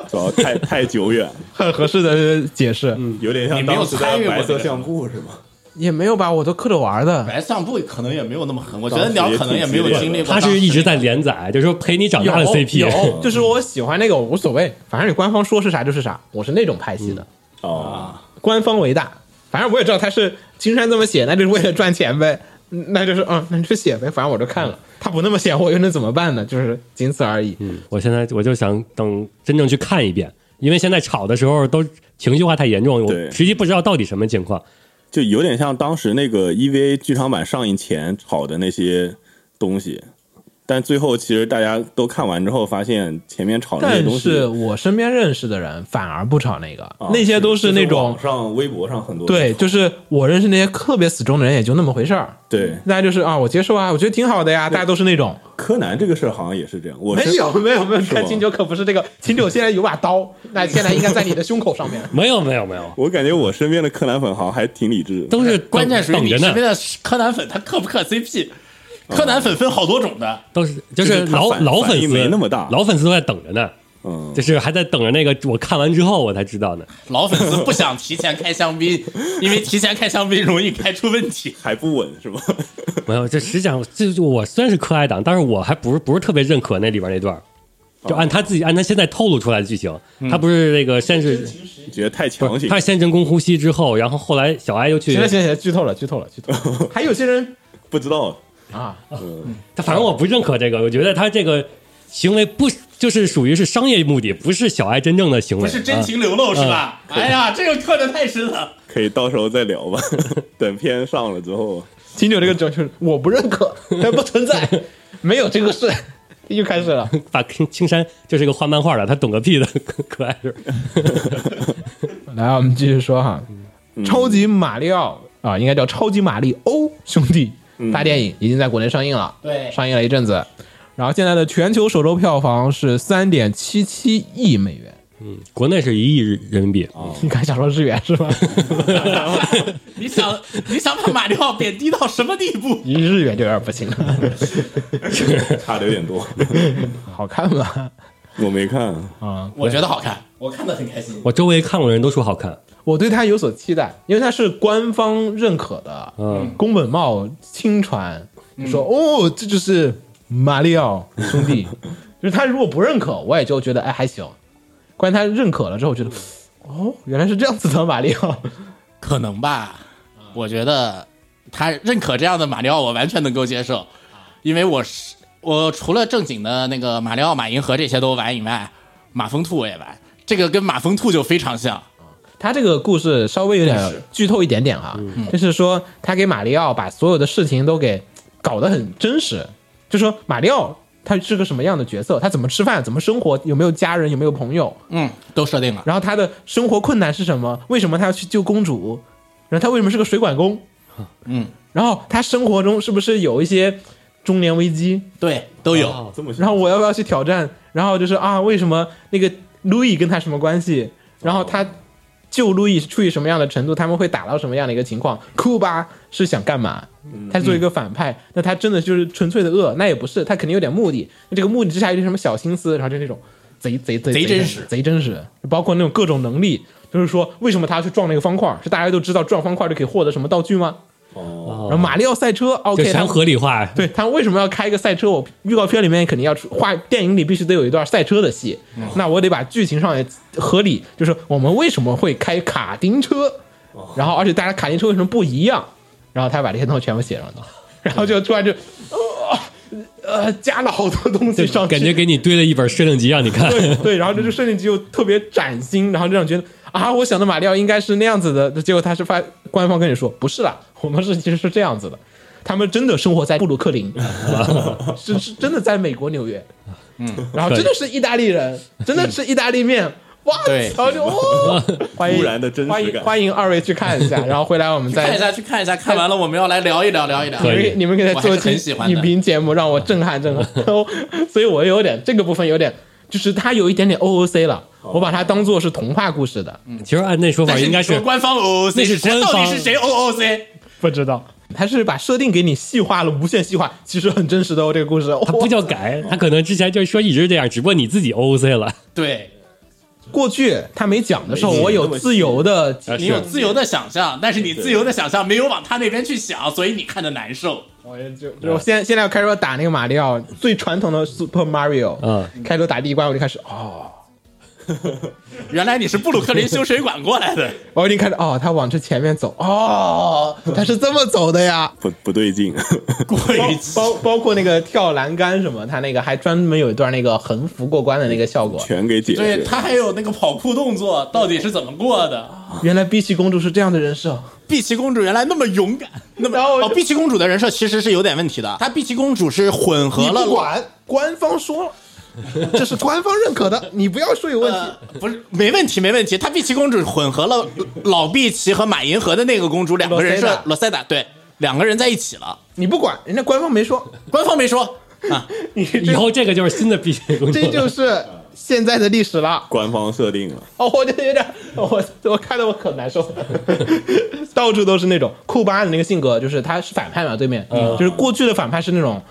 [SPEAKER 4] 主要太 太久远了，
[SPEAKER 1] 很合适的解释，
[SPEAKER 4] 有点
[SPEAKER 3] 你
[SPEAKER 4] 像
[SPEAKER 3] 没有
[SPEAKER 4] 当时的
[SPEAKER 3] 参与过
[SPEAKER 4] 白
[SPEAKER 3] 这
[SPEAKER 4] 色
[SPEAKER 3] 个
[SPEAKER 4] 相簿是吗？
[SPEAKER 1] 也没有吧？我都嗑着玩的。
[SPEAKER 3] 白相簿可能也没有那么狠，我觉得鸟可能也没有经历过
[SPEAKER 2] 他
[SPEAKER 3] 当时那个。
[SPEAKER 2] 是一直在连载，就是说陪你长
[SPEAKER 1] 有
[SPEAKER 2] 大的 CP。
[SPEAKER 1] 有，就是我喜欢那个，我无所谓，反正你官方说是啥就是啥，我是那种派系的，
[SPEAKER 4] 哦，
[SPEAKER 1] 官方为大。反正我也知道他是金山这么写，那就是为了赚钱呗，嗯那就是嗯，那就写呗，反正我就看了。他不那么写，我又能怎么办呢？就是仅此而已。
[SPEAKER 2] 嗯我现在我就想等真正去看一遍，因为现在吵的时候都情绪化太严重，
[SPEAKER 4] 对
[SPEAKER 2] 我实际不知道到底什么情况。
[SPEAKER 4] 就有点像当时那个 EVA 剧场版上映前炒的那些东西，但最后其实大家都看完之后，发现前面炒那些
[SPEAKER 1] 但
[SPEAKER 4] 东西
[SPEAKER 1] 是我身边认识的人反而不炒那个，
[SPEAKER 4] 啊
[SPEAKER 1] 那些都是那种
[SPEAKER 4] 网上微博上很多
[SPEAKER 1] 对，就是我认识那些特别死忠的人，也就那么回事儿。
[SPEAKER 4] 对
[SPEAKER 1] 大家就是啊，我接受啊，我觉得挺好的呀。大家都是那种
[SPEAKER 4] 柯南这个事儿好像也是这样，我
[SPEAKER 1] 没
[SPEAKER 4] 是
[SPEAKER 1] 有没有没有，
[SPEAKER 4] 是吗
[SPEAKER 1] 看清酒可不是这个，清酒现在有把刀，那现在应该在你的胸口上面。
[SPEAKER 2] 没有没有没有，
[SPEAKER 4] 我感觉我身边的柯南粉好像还挺理智的，
[SPEAKER 2] 都是
[SPEAKER 3] 关键是
[SPEAKER 2] 等
[SPEAKER 3] 你
[SPEAKER 2] 着
[SPEAKER 3] 身
[SPEAKER 2] 呢
[SPEAKER 3] 边，的柯南粉他嗑不嗑 CP，柯南粉分好多种的，
[SPEAKER 2] 都是
[SPEAKER 4] 就
[SPEAKER 2] 就
[SPEAKER 4] 是是他
[SPEAKER 2] 老
[SPEAKER 4] 反
[SPEAKER 2] 老粉
[SPEAKER 4] 反
[SPEAKER 2] 丝
[SPEAKER 4] 应没那么大
[SPEAKER 2] 老粉丝都在等着呢，
[SPEAKER 4] 嗯
[SPEAKER 2] 就，是还在等着那个我看完之后我才知道呢。
[SPEAKER 3] 老粉丝不想提前开香槟， 因为提前开香槟容易开出问题。
[SPEAKER 4] 还不稳是吧？
[SPEAKER 2] 没有，这实际上这就我虽然是可爱党，但是我还不是不是特别认可那里边那段儿。就
[SPEAKER 4] 哦
[SPEAKER 2] 按他自己按他现在透露出来的剧情，
[SPEAKER 4] 嗯
[SPEAKER 2] 他不是那个先是
[SPEAKER 4] 觉得太
[SPEAKER 2] 不
[SPEAKER 4] 强
[SPEAKER 2] 是
[SPEAKER 4] 行
[SPEAKER 2] 他，是先人工呼吸之后，然后后来小爱又去
[SPEAKER 1] 行，了行了行了，剧透了剧透了剧透了。还有些人
[SPEAKER 4] 不知道
[SPEAKER 1] 啊，
[SPEAKER 2] 他反正我不认可这个，我觉得他这个行为不就是属于是商业目的，不是小爱真正的行为，
[SPEAKER 3] 不是真情流露是吧？
[SPEAKER 2] 啊
[SPEAKER 3] 哎呀，这个嗑的太深 了。
[SPEAKER 4] 可以到时候再聊吧。 等片上了之后，
[SPEAKER 1] 清酒这个酒就是我不认 可，它不存在，没有这个事，又开始了。
[SPEAKER 2] 啊把青青山就是个画漫画的，他懂个屁的， 可可爱 是吧。
[SPEAKER 1] 来，我们继续说哈，超级马里奥啊，应该叫超级马里欧兄弟大电影已经在国内上映了，
[SPEAKER 3] 对
[SPEAKER 1] 上映了一阵子，然后现在的全球首周票房是三点七七亿美 元，
[SPEAKER 2] 国内是一亿人民币，
[SPEAKER 1] 你敢想说日元 是吧？
[SPEAKER 3] 你想你想把马里奥贬低到什么地步？
[SPEAKER 1] 一日元就有点不行了，
[SPEAKER 4] 差的有点多，
[SPEAKER 1] 好看 吧？
[SPEAKER 4] 我没看。
[SPEAKER 1] 啊、
[SPEAKER 3] 我觉得好看，我看的很开心。
[SPEAKER 2] 我周围看过的人都说好看，
[SPEAKER 1] 我对它有所期待，因为它是官方认可的，
[SPEAKER 2] 嗯，
[SPEAKER 1] 宫本茂亲传，就说、哦，这就是马里奥兄弟。就是他如果不认可，我也就觉得哎还行。关键他认可了之后，我觉得哦，原来是这样子的马里奥。
[SPEAKER 3] 可能吧，我觉得他认可这样的马里奥，我完全能够接受，因为我是我除了正经的那个马里奥、马银河这些都玩以外，马蜂兔我也玩，这个跟马蜂兔就非常像。
[SPEAKER 1] 他这个故事稍微有点剧透一点点哈，就是说他给马里奥把所有的事情都给搞得很真实，就说马里奥他是个什么样的角色，他怎么吃饭，怎么生活，有没有家人，有没有朋友，
[SPEAKER 3] 嗯，都设定了。
[SPEAKER 1] 然后他的生活困难是什么？为什么他要去救公主？然后他为什么是个水管工？
[SPEAKER 3] 嗯，
[SPEAKER 1] 然后他生活中是不是有一些中年危机？
[SPEAKER 3] 对，都有。
[SPEAKER 2] 哦
[SPEAKER 4] 这么
[SPEAKER 1] 然后我要不要去挑战？然后就是啊，为什么那个路易跟他什么关系？然后他救路易是处于什么样的程度？他们会打到什么样的一个情况？库巴是想干嘛？他作为一个反派，那他真的就是纯粹的恶？那也不是，他肯定有点目的。那这个目的之下有点什么小心思，然后就那种贼贼贼
[SPEAKER 3] 贼真实
[SPEAKER 1] 贼真实，包括那种各种能力。就是说，为什么他要去撞那个方块？是大家都知道撞方块就可以获得什么道具吗？
[SPEAKER 4] 哦，
[SPEAKER 1] 然后马里奥赛车
[SPEAKER 2] 就
[SPEAKER 1] ，OK，他
[SPEAKER 2] 全合理化，
[SPEAKER 1] 对他为什么要开一个赛车？我预告片里面肯定要出，画电影里必须得有一段赛车的戏，那我得把剧情上也合理，就是我们为什么会开卡丁车，然后而且大家卡丁车为什么不一样，然后他把这些东西全部写上去， 然后就突然就，呃，呃加了好多东西上去，
[SPEAKER 2] 感觉给你堆了一本摄影集让你看，
[SPEAKER 1] 对对，然后这就设定就特别崭新，然后就让人觉得啊，我想的马里奥应该是那样子的，结果他是发官方跟你说不是啦，我们是其实是这样子的，他们真的生活在布鲁克林， 是是真的在美国纽约，嗯，然后真的是意大利人，真的是意大利面。哇！
[SPEAKER 3] 对
[SPEAKER 1] 然后就 哦，欢迎
[SPEAKER 4] 突然的真实感
[SPEAKER 1] 欢迎欢迎二位去看一下，然后回来我们再
[SPEAKER 3] 看一下，去看一下，看完了我们要来聊一聊，聊一聊。
[SPEAKER 2] 可以
[SPEAKER 1] 你们给他
[SPEAKER 3] 我还
[SPEAKER 1] 做
[SPEAKER 3] 是
[SPEAKER 1] 期
[SPEAKER 3] 很喜欢的
[SPEAKER 1] 影评节目，让我震撼震撼。 所以我有点这个部分有点，就是它有一点点 OOC 了，我把它当做是童话故事的，
[SPEAKER 2] 其实按那说法
[SPEAKER 3] 但
[SPEAKER 2] 应该
[SPEAKER 1] 哎
[SPEAKER 3] 你说
[SPEAKER 2] 是
[SPEAKER 3] 官方 OOC，
[SPEAKER 2] 那是官方
[SPEAKER 3] 到底是谁哦 OOC？
[SPEAKER 1] 不知道。它是把设定给你细化了，无限细化，其实很真实的哦。这个故事，
[SPEAKER 2] 他不叫改，他可能之前就是说一直这样，只不过你自己 OOC 了。
[SPEAKER 3] 对
[SPEAKER 1] 过去他没讲的时候，
[SPEAKER 4] 没
[SPEAKER 1] 我
[SPEAKER 4] 那
[SPEAKER 1] 有
[SPEAKER 4] 么细
[SPEAKER 1] 自由的
[SPEAKER 2] 啊是
[SPEAKER 3] 你有自由的想象，但是你自由的想象没有往他那边去想，所以你看的难受。
[SPEAKER 1] 我也就我现现在开始打那个马里奥最传统的 Super Mario，
[SPEAKER 2] 嗯，
[SPEAKER 1] 开头打第一关我就开始哦，
[SPEAKER 3] 原来你是布鲁克林修水管过来 的，
[SPEAKER 1] 我已经开始哦，他往这前面走哦，他是这么走的呀。
[SPEAKER 4] 不不对劲，
[SPEAKER 3] 过于
[SPEAKER 1] 包包括那个跳栏杆什么，他那个还专门有一段那个横幅过关的那个效果。
[SPEAKER 4] 全给解
[SPEAKER 3] 对
[SPEAKER 4] 释。
[SPEAKER 3] 他还有那个跑酷动作，到底是怎么过的？
[SPEAKER 1] 原来碧琪公主是这样的人设，
[SPEAKER 3] 碧琪公主原来那么勇敢，那么
[SPEAKER 1] 然后我
[SPEAKER 3] 哦，碧琪公主的人设其实是有点问题的。她碧琪公主是混
[SPEAKER 1] 你
[SPEAKER 3] 合了
[SPEAKER 1] 不管，官方说 了，这是官方认可的，你不要说有问题。
[SPEAKER 3] 呃，不是，没问题，没问题。她碧琪公主混合了老碧琪和马银河的那个公主两个人
[SPEAKER 1] 罗塞
[SPEAKER 3] 设
[SPEAKER 1] 达，
[SPEAKER 3] 罗塞达对，两个人在一起了，
[SPEAKER 1] 你不管，人家官方没说，
[SPEAKER 3] 官方没说
[SPEAKER 1] 嗯
[SPEAKER 3] 啊，
[SPEAKER 1] 你这
[SPEAKER 2] 以后这个就是新的必须工作
[SPEAKER 1] 这
[SPEAKER 2] 了。
[SPEAKER 1] 就是现在的历史了。
[SPEAKER 4] 官方设定了，
[SPEAKER 1] 哦，我就有点，我我看得我可难受， 到处都是那种库巴的那个性格，就是他是反派嘛，对面、就是过去的反派是那种。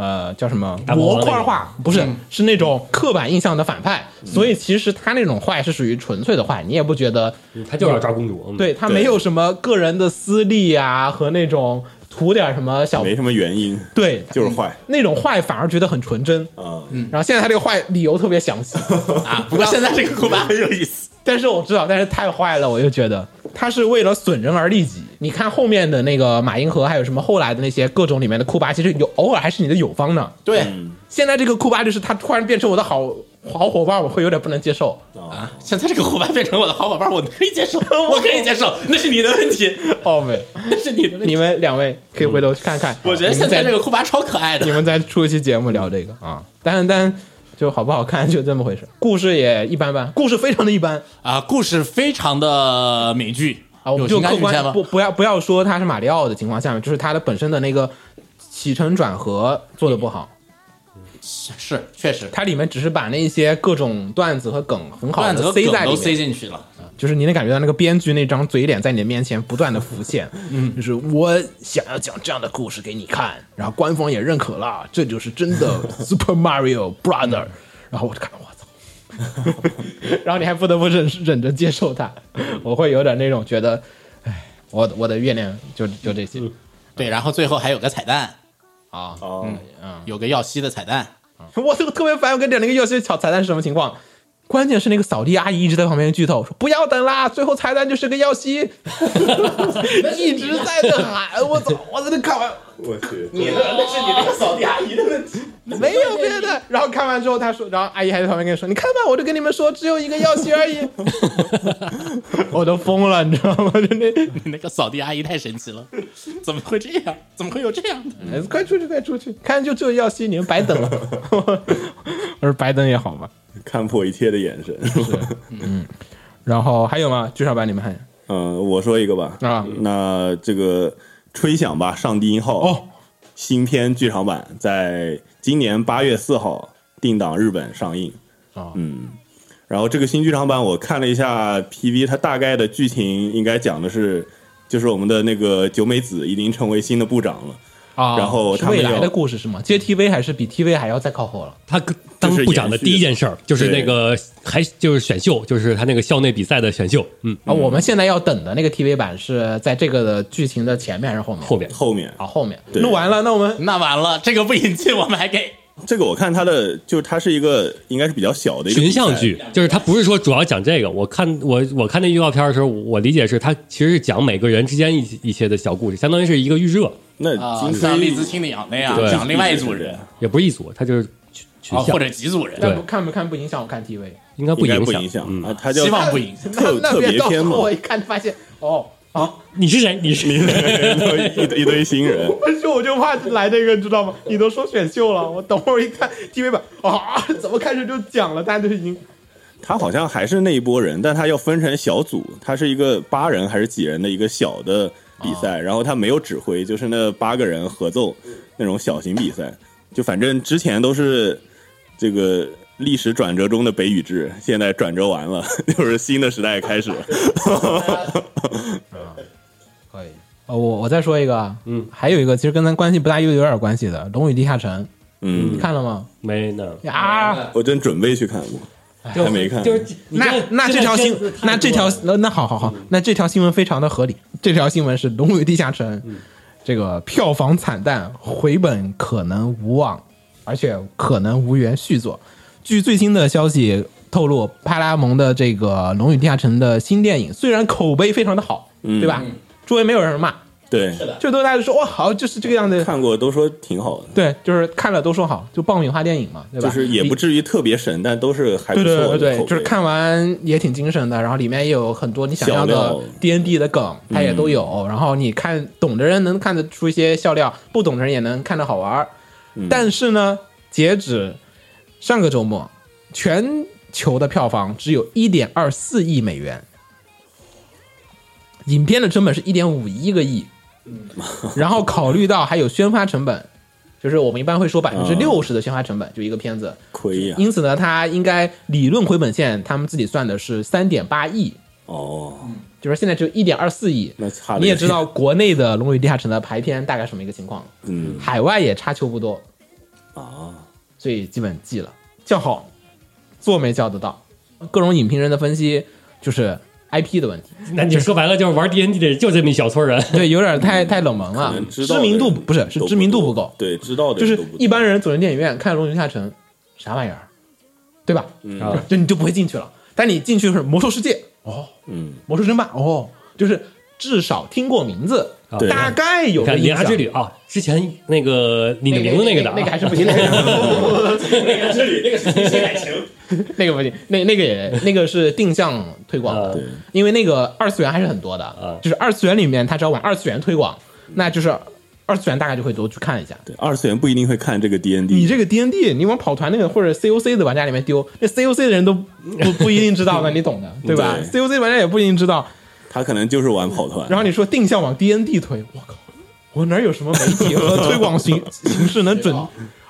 [SPEAKER 1] 呃，叫什么
[SPEAKER 2] 大魔王
[SPEAKER 1] 模
[SPEAKER 2] 那
[SPEAKER 1] 块
[SPEAKER 2] 种
[SPEAKER 1] 化？不是，是那种刻板印象的反派。所以其实他那种坏是属于纯粹的坏，你也不觉得，
[SPEAKER 2] 他就是要抓公主，嗯，
[SPEAKER 1] 对他没有什么个人的私利啊和那种图点什么小
[SPEAKER 4] 没什么原因，
[SPEAKER 1] 对，
[SPEAKER 4] 就是坏
[SPEAKER 1] 那种坏反而觉得很纯真。
[SPEAKER 4] 啊。
[SPEAKER 3] 嗯
[SPEAKER 1] 然后现在他这个坏理由特别详细，
[SPEAKER 3] 啊，不过现在这个库巴很有意思。
[SPEAKER 1] 但是我知道，但是太坏了，我就觉得他是为了损人而利己。你看后面的那个马银河，还有什么后来的那些各种里面的库巴，其实有偶尔还是你的友方呢。
[SPEAKER 3] 对
[SPEAKER 1] 现在这个库巴就是他突然变成我的好好伙伴，我会有点不能接受。
[SPEAKER 3] 啊，现在这个库巴变成我的好伙伴，我可以 接受，我可以接受，那是你的问题，
[SPEAKER 1] 哦喂，
[SPEAKER 3] 那是你的问
[SPEAKER 1] 你
[SPEAKER 3] 题。
[SPEAKER 1] 们两位可以回头去看看。
[SPEAKER 3] 我觉得现在这
[SPEAKER 1] 个
[SPEAKER 3] 个库巴超可爱
[SPEAKER 1] 你
[SPEAKER 3] 的，
[SPEAKER 1] 们再出一期节目聊这个啊，但但就好不好看就这么回事，故事也一般般，故事非常的一般。
[SPEAKER 3] 啊，故事非常的美剧
[SPEAKER 1] 啊，我们
[SPEAKER 3] 有
[SPEAKER 1] 就
[SPEAKER 3] 情感
[SPEAKER 1] 客
[SPEAKER 3] 曲线吗
[SPEAKER 1] 观不？不要不要说他是马里奥的情况下面，就是他的本身的那个起承转合做的不好，
[SPEAKER 3] 是，确实，
[SPEAKER 1] 它里面只是把那些各种段子和梗很好
[SPEAKER 3] 段子
[SPEAKER 1] 的
[SPEAKER 3] 和
[SPEAKER 1] 塞
[SPEAKER 3] 梗
[SPEAKER 1] 在
[SPEAKER 3] 都
[SPEAKER 1] 里
[SPEAKER 3] 塞
[SPEAKER 1] 面，
[SPEAKER 3] 进去了。
[SPEAKER 1] 就是你能感觉到那个编剧那张嘴脸在你的面前不断的浮现，嗯，就是我想要讲这样的故事给你看，然后官方也认可了，这就是真的 Super Mario Brother，然后我就看到我操。 然后你还不得不忍忍着接受它，我会有点那种觉得，哎，我我的月亮就就这些。
[SPEAKER 3] 对，然后最后还有个彩蛋，
[SPEAKER 1] 啊！
[SPEAKER 4] 哦，
[SPEAKER 3] 嗯有个耀西的彩蛋。
[SPEAKER 1] 我这个特别烦，我跟点那个耀西巧彩蛋是什么情况？关键是那个扫地阿姨一直在旁边剧透，说不要等啦，最后彩蛋就是个耀 西，一直在那喊， 我操，我在那看完，
[SPEAKER 4] 我去，
[SPEAKER 3] 那是你那个扫地阿姨的问题。
[SPEAKER 1] 没有别 的。然后看完之后，他说，然后阿姨还在旁边跟你说，你看吧，我就跟你们说，只有一个耀西而已，我都疯了，你知道吗？就 那，
[SPEAKER 3] 你那个扫地阿姨太神奇 了，怎么会这样？怎么会有这样的？
[SPEAKER 1] 哎快出去，快出去，看就只有耀西，你们白等 了。我说白等也好嘛。
[SPEAKER 4] 看破一切的眼神。
[SPEAKER 1] 然后还有吗？剧场版你们还
[SPEAKER 4] 嗯，我说一个吧。
[SPEAKER 1] 啊
[SPEAKER 4] 那这个吹响吧，上帝音号
[SPEAKER 1] 哦，
[SPEAKER 4] 新片剧场版在今年八月四号定档日本上映。
[SPEAKER 1] 哦
[SPEAKER 4] 嗯，然后这个新剧场版我看了一下 PV，它大概的剧情应该讲的是，就是我们的那个九美子已经成为新的部长了，
[SPEAKER 1] 啊
[SPEAKER 4] 然后
[SPEAKER 1] 是
[SPEAKER 4] 他们
[SPEAKER 1] 未来
[SPEAKER 4] 有
[SPEAKER 1] 的故事是吗？接 TV 还是比 TV 还要再靠后了？
[SPEAKER 2] 他当部长的第一件事儿就是那个还就是选秀，就是他那个校内比赛的选秀，嗯，
[SPEAKER 1] 啊，我们现在要等的那个 TV 版是在这个的剧情的前面还是后面？
[SPEAKER 2] 后面
[SPEAKER 4] 后面
[SPEAKER 1] 啊，后面
[SPEAKER 4] 对
[SPEAKER 1] 录完了，那我们
[SPEAKER 3] 那完了，这个不引进，我们还给
[SPEAKER 4] 这个我看它的就是它是一个应该是比较小的一个
[SPEAKER 2] 群像
[SPEAKER 4] 比赛
[SPEAKER 2] 剧，就是他不是说主要讲这个。我看我我看那预告片的时候，我理解是他其实是讲每个人之间一一些的小故事，相当于是一个预热，
[SPEAKER 4] 那
[SPEAKER 3] 啊
[SPEAKER 4] 金，丝
[SPEAKER 3] 像栗子清鸟那样
[SPEAKER 2] 对
[SPEAKER 3] 讲另外一组人
[SPEAKER 2] 也不是一组，他就是群群
[SPEAKER 3] 啊，
[SPEAKER 2] 像
[SPEAKER 3] 或，者几组人，
[SPEAKER 1] 但
[SPEAKER 2] 对
[SPEAKER 1] 不看不看不影响我看 TV，
[SPEAKER 2] 应该不
[SPEAKER 4] 应该
[SPEAKER 2] 影
[SPEAKER 4] 不
[SPEAKER 2] 响。
[SPEAKER 4] 响
[SPEAKER 2] 嗯，
[SPEAKER 4] 啊，它叫
[SPEAKER 3] 希望不影响。
[SPEAKER 4] 特
[SPEAKER 1] 那
[SPEAKER 4] 特
[SPEAKER 1] 边
[SPEAKER 4] 别
[SPEAKER 1] 到
[SPEAKER 4] 篇嘛，
[SPEAKER 1] 我一看发现哦。
[SPEAKER 6] 啊，
[SPEAKER 2] 你是谁？你是
[SPEAKER 4] 你一 堆一堆新人，
[SPEAKER 6] 我就我就怕来这个，你知道吗？你都说选秀了，我等会儿一看 TV 版啊，怎么开始就讲了？大家都已经
[SPEAKER 4] 他好像还是那一波人，但他要分成小组，他是一个八人还是几人的一个小的比
[SPEAKER 1] 啊
[SPEAKER 4] 赛，然后他没有指挥，就是那八个人合奏那种小型比赛，就反正之前都是这个历史转折中的北宇治，现在转折完了， 就是新的时代 开始。
[SPEAKER 1] 可以。呃，我我再说一个啊，嗯，还有一个其实跟咱关系不大，又有点关系的《龙与地下城》，你
[SPEAKER 4] 嗯，
[SPEAKER 1] 看了吗？
[SPEAKER 2] 没呢？
[SPEAKER 1] 啊，
[SPEAKER 4] 我真准备去看过，还没看，
[SPEAKER 2] 就是你
[SPEAKER 1] 那
[SPEAKER 2] 这
[SPEAKER 1] 那这条新那这条那那好好好，那这条新闻非常的合理。这条新闻是《龙与地下城》
[SPEAKER 4] 嗯
[SPEAKER 1] 这个票房惨淡，回本可能无望，而且可能无缘续作。据最新的消息透露，派拉蒙的这个《龙与地下城》的新电影虽然口碑非常的好，
[SPEAKER 4] 嗯
[SPEAKER 1] 对吧？周围没有人骂，
[SPEAKER 4] 对，
[SPEAKER 1] 就都大家说哇好，就是这个样子。
[SPEAKER 4] 看过都说挺好的，
[SPEAKER 1] 对，就是看了都说好，就爆米花电影嘛，对吧？
[SPEAKER 4] 就是也不
[SPEAKER 1] 你
[SPEAKER 4] 至于特别神，但都是还不
[SPEAKER 1] 对
[SPEAKER 4] 错
[SPEAKER 1] 对对
[SPEAKER 4] 的
[SPEAKER 1] 对，
[SPEAKER 4] 口碑
[SPEAKER 1] 就是看完也挺精神的，然后里面也有很多你想要
[SPEAKER 4] 笑
[SPEAKER 1] 的
[SPEAKER 4] 料
[SPEAKER 1] D N D 的梗，它也都有。
[SPEAKER 4] 嗯
[SPEAKER 1] 然后你看懂的人能看得出一些笑料，不懂的人也能看得好玩儿。
[SPEAKER 4] 嗯
[SPEAKER 1] 但是呢，截止上个周末，全球的票房只有一点二四亿美元，影片的成本是一点五一个 亿，然后考虑到还有宣发成本，就是我们一般会说百分之六十的宣发成本，就一个片子。
[SPEAKER 4] 亏呀，
[SPEAKER 1] 因此呢，它应该理论回本线，他们自己算的是三点八亿，
[SPEAKER 4] 哦，
[SPEAKER 1] 就是现在只有一点二四亿。
[SPEAKER 4] 那差得
[SPEAKER 1] 你也
[SPEAKER 4] 远
[SPEAKER 1] 知道国内的《龙与地下城》的排片大概什么一个情况，
[SPEAKER 4] 嗯
[SPEAKER 1] 海外也差球不多，
[SPEAKER 4] 啊，
[SPEAKER 1] 所以基本记了。叫好，做没叫得到。各种影评人的分析就是 IP 的问 题，
[SPEAKER 2] 那你说白了就是玩 D N D 的人就这么一小撮人，
[SPEAKER 1] 对，有点太太冷门了
[SPEAKER 4] 可能，知道
[SPEAKER 1] 啊知
[SPEAKER 4] 的
[SPEAKER 1] 名度
[SPEAKER 4] 人
[SPEAKER 1] 不是是
[SPEAKER 4] 都
[SPEAKER 1] 知名度
[SPEAKER 4] 多
[SPEAKER 1] 不够，
[SPEAKER 4] 对，知道的
[SPEAKER 1] 就
[SPEAKER 4] 人
[SPEAKER 1] 是
[SPEAKER 4] 都不多
[SPEAKER 1] 一般人走进电影院看《龙与地下城》，啥玩意儿，对吧？
[SPEAKER 4] 嗯
[SPEAKER 2] 啊
[SPEAKER 1] 就你就不会进去了。但你进去是魔兽世界，哦，
[SPEAKER 4] 嗯，
[SPEAKER 1] 魔兽争霸，哦，就是至少听过名字，
[SPEAKER 2] 啊
[SPEAKER 4] 对
[SPEAKER 1] 大概有
[SPEAKER 2] 你
[SPEAKER 1] 个
[SPEAKER 2] 看《
[SPEAKER 1] 印
[SPEAKER 2] 铃芽
[SPEAKER 1] 象。
[SPEAKER 2] 之旅》啊，之前那个李
[SPEAKER 1] 那
[SPEAKER 2] 宁的
[SPEAKER 1] 那
[SPEAKER 2] 个的
[SPEAKER 1] 那个还
[SPEAKER 2] 啊，
[SPEAKER 1] 是不行，那个
[SPEAKER 3] 这里那个是新感情，
[SPEAKER 1] 那个不行，那那个也那个是定向推广
[SPEAKER 2] 啊
[SPEAKER 1] 的
[SPEAKER 4] 对，
[SPEAKER 1] 因为那个二次元还是很多的，就是二次元里面，他只要往二次元推广，那就是二次元大概就会多去看一下。
[SPEAKER 4] 对，二次元不一定会看这个 D N
[SPEAKER 1] 你
[SPEAKER 4] D，
[SPEAKER 1] 这个 D N D，你往跑团那个或者 C O C 的玩家里面丢，那 C O C 的人都不不一定知 道的，你懂的，对吧
[SPEAKER 4] 对
[SPEAKER 1] ？C O C 玩家也不一定知道。
[SPEAKER 4] 他可能就是玩跑团，
[SPEAKER 1] 然后你说定向往 D N D 推，我靠，我哪有什么媒体和推广 形形式能准？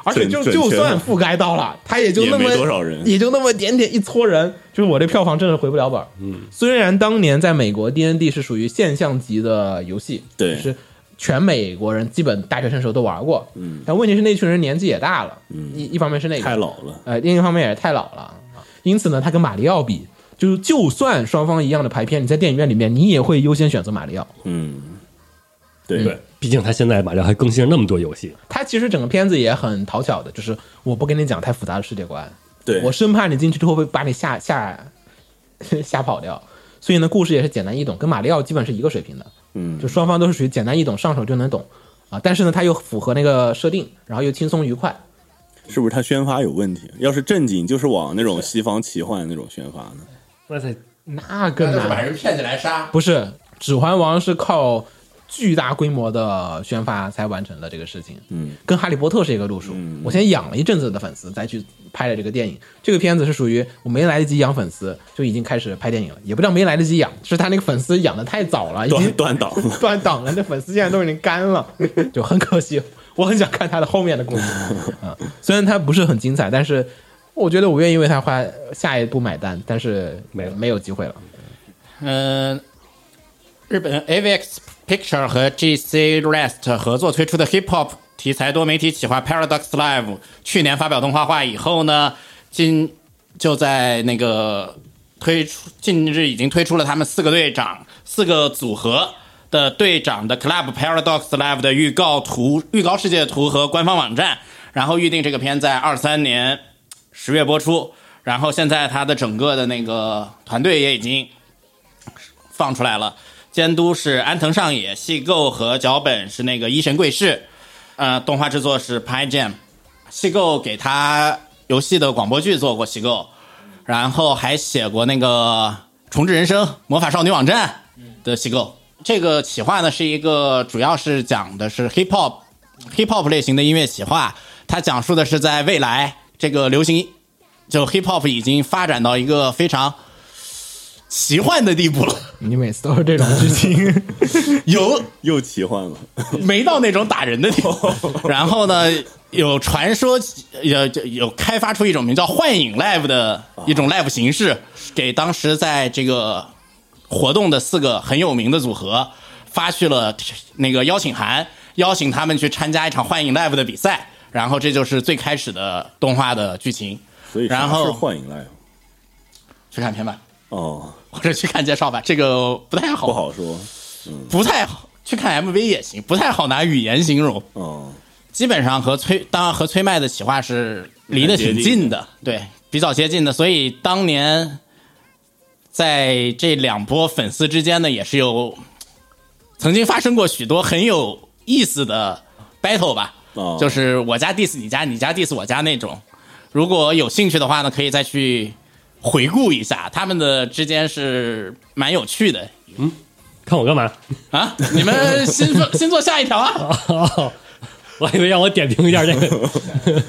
[SPEAKER 1] 而且就
[SPEAKER 4] 准
[SPEAKER 1] 就
[SPEAKER 4] 准确
[SPEAKER 1] 算覆盖到了，他也就那么
[SPEAKER 4] 也没多少人
[SPEAKER 1] 也就那么点点一撮人，就是我这票房真的回不了本。嗯，虽然当年在美国 D N D 是属于现象级的游戏，
[SPEAKER 4] 对
[SPEAKER 1] 就是全美国人基本大学生时候都玩过，嗯，但问题是那群人年纪也大了，嗯，一一方面是那个
[SPEAKER 4] 太老了，
[SPEAKER 1] 呃，另一方面也是太老了，因此呢，他跟马里奥比，就是就算双方一样的排片，你在电影院里面，你也会优先选择马里奥。
[SPEAKER 4] 嗯，对
[SPEAKER 2] 对，毕竟他现在马上还更新了那么多游戏，
[SPEAKER 1] 他其实整个片子也很讨巧的，就是我不跟你讲太复杂的世界观，
[SPEAKER 4] 对，
[SPEAKER 1] 我生怕你进去之后会把你吓吓吓跑掉。所以呢，故事也是简单易懂，跟马里奥基本是一个水平的，
[SPEAKER 4] 嗯
[SPEAKER 1] 就双方都是属于简单易懂，上手就能懂啊。但是呢，它又符合那个设定，然后又轻松愉快。
[SPEAKER 4] 是不是他宣发有问题？要是正经，就是往那种西方奇幻那种宣发呢？
[SPEAKER 2] 哇塞，
[SPEAKER 1] 那更
[SPEAKER 3] 就是
[SPEAKER 1] 难
[SPEAKER 3] 把人骗起来杀，
[SPEAKER 1] 不是《指环王》是靠巨大规模的宣发才完成了这个事情，
[SPEAKER 4] 嗯，
[SPEAKER 1] 跟《哈利波特》是一个路数。
[SPEAKER 2] 嗯
[SPEAKER 1] 我先养了一阵子的粉丝，再去拍了这个电影。这个片子是属于我没来得及养粉丝，就已经开始拍电影了，也不叫没来得及养，是他那个粉丝养的太早了，已经
[SPEAKER 4] 断断档 了，
[SPEAKER 1] 断档了，那粉丝现在都已经干了， 就很可惜。我很想看他的后面的 故事啊、虽然他不是很精彩，但是我觉得我愿意为他花下一步买单，但是
[SPEAKER 2] 没了
[SPEAKER 1] 没有机会了。
[SPEAKER 3] 嗯，日本 AVX Picture 和 GC Rest 合作推出的 Hip Hop 题材多媒体企划 Paradox Live，去年发表动画化以后呢，今就在那个推出，近日已经推出了他们四个队长、四个组合的队长的 Club Paradox Live 的预告图、预告世界图和官方网站，然后预定这个片在二三年十月播出。然后现在他的整个的那个团队也已经放出来了。监督是安藤上野，细构和脚本是那个一神贵士，呃，动画制作是 Pi Jam。细构给他游戏的广播剧做过细构，然后还写过那个《重置人生》《魔法少女网站》的细构，这个企划呢是一个主要是讲的是 hip hop hip hop 类型的音乐企划，它讲述的是在未来这个流行就 hip hop 已经发展到一个非常奇幻的地步了，
[SPEAKER 1] 你每次都是这种剧情，
[SPEAKER 3] 有
[SPEAKER 4] 又奇幻了，
[SPEAKER 3] 没到那种打人的地 步。然后呢，有传说，有有开发出一种名叫幻影 live 的
[SPEAKER 4] 啊
[SPEAKER 3] 一种 live 形式，给当时在这个活动的四个很有名的组合发去了那个邀请函，邀请他们去参加一场幻影 live 的比赛。然后这就是最开始的动画的剧情，
[SPEAKER 4] 所以啥
[SPEAKER 3] 然后
[SPEAKER 4] 是幻影 live
[SPEAKER 3] 去看片 版
[SPEAKER 4] 哦，
[SPEAKER 3] 或者去看介绍吧，这个不太好，
[SPEAKER 4] 不好说嗯
[SPEAKER 3] 不太好。去看 MV 也行，不太好拿语言形容。
[SPEAKER 4] 哦。
[SPEAKER 3] 基本上和崔当然和崔麦的企划是离得挺近的，对，比较接近的，所以当年在这两波粉丝之间呢，也是有曾经发生过许多很有意思的 battle 吧，
[SPEAKER 4] 哦
[SPEAKER 3] 就是我家 diss 你家，你家 diss 我家那种。如果有兴趣的话呢，可以再去回顾一下他们的之间是蛮有趣的
[SPEAKER 2] 看我干嘛？
[SPEAKER 3] 啊。你们新做新做下一条啊，
[SPEAKER 2] 哦，我还以为让我点评一下这个，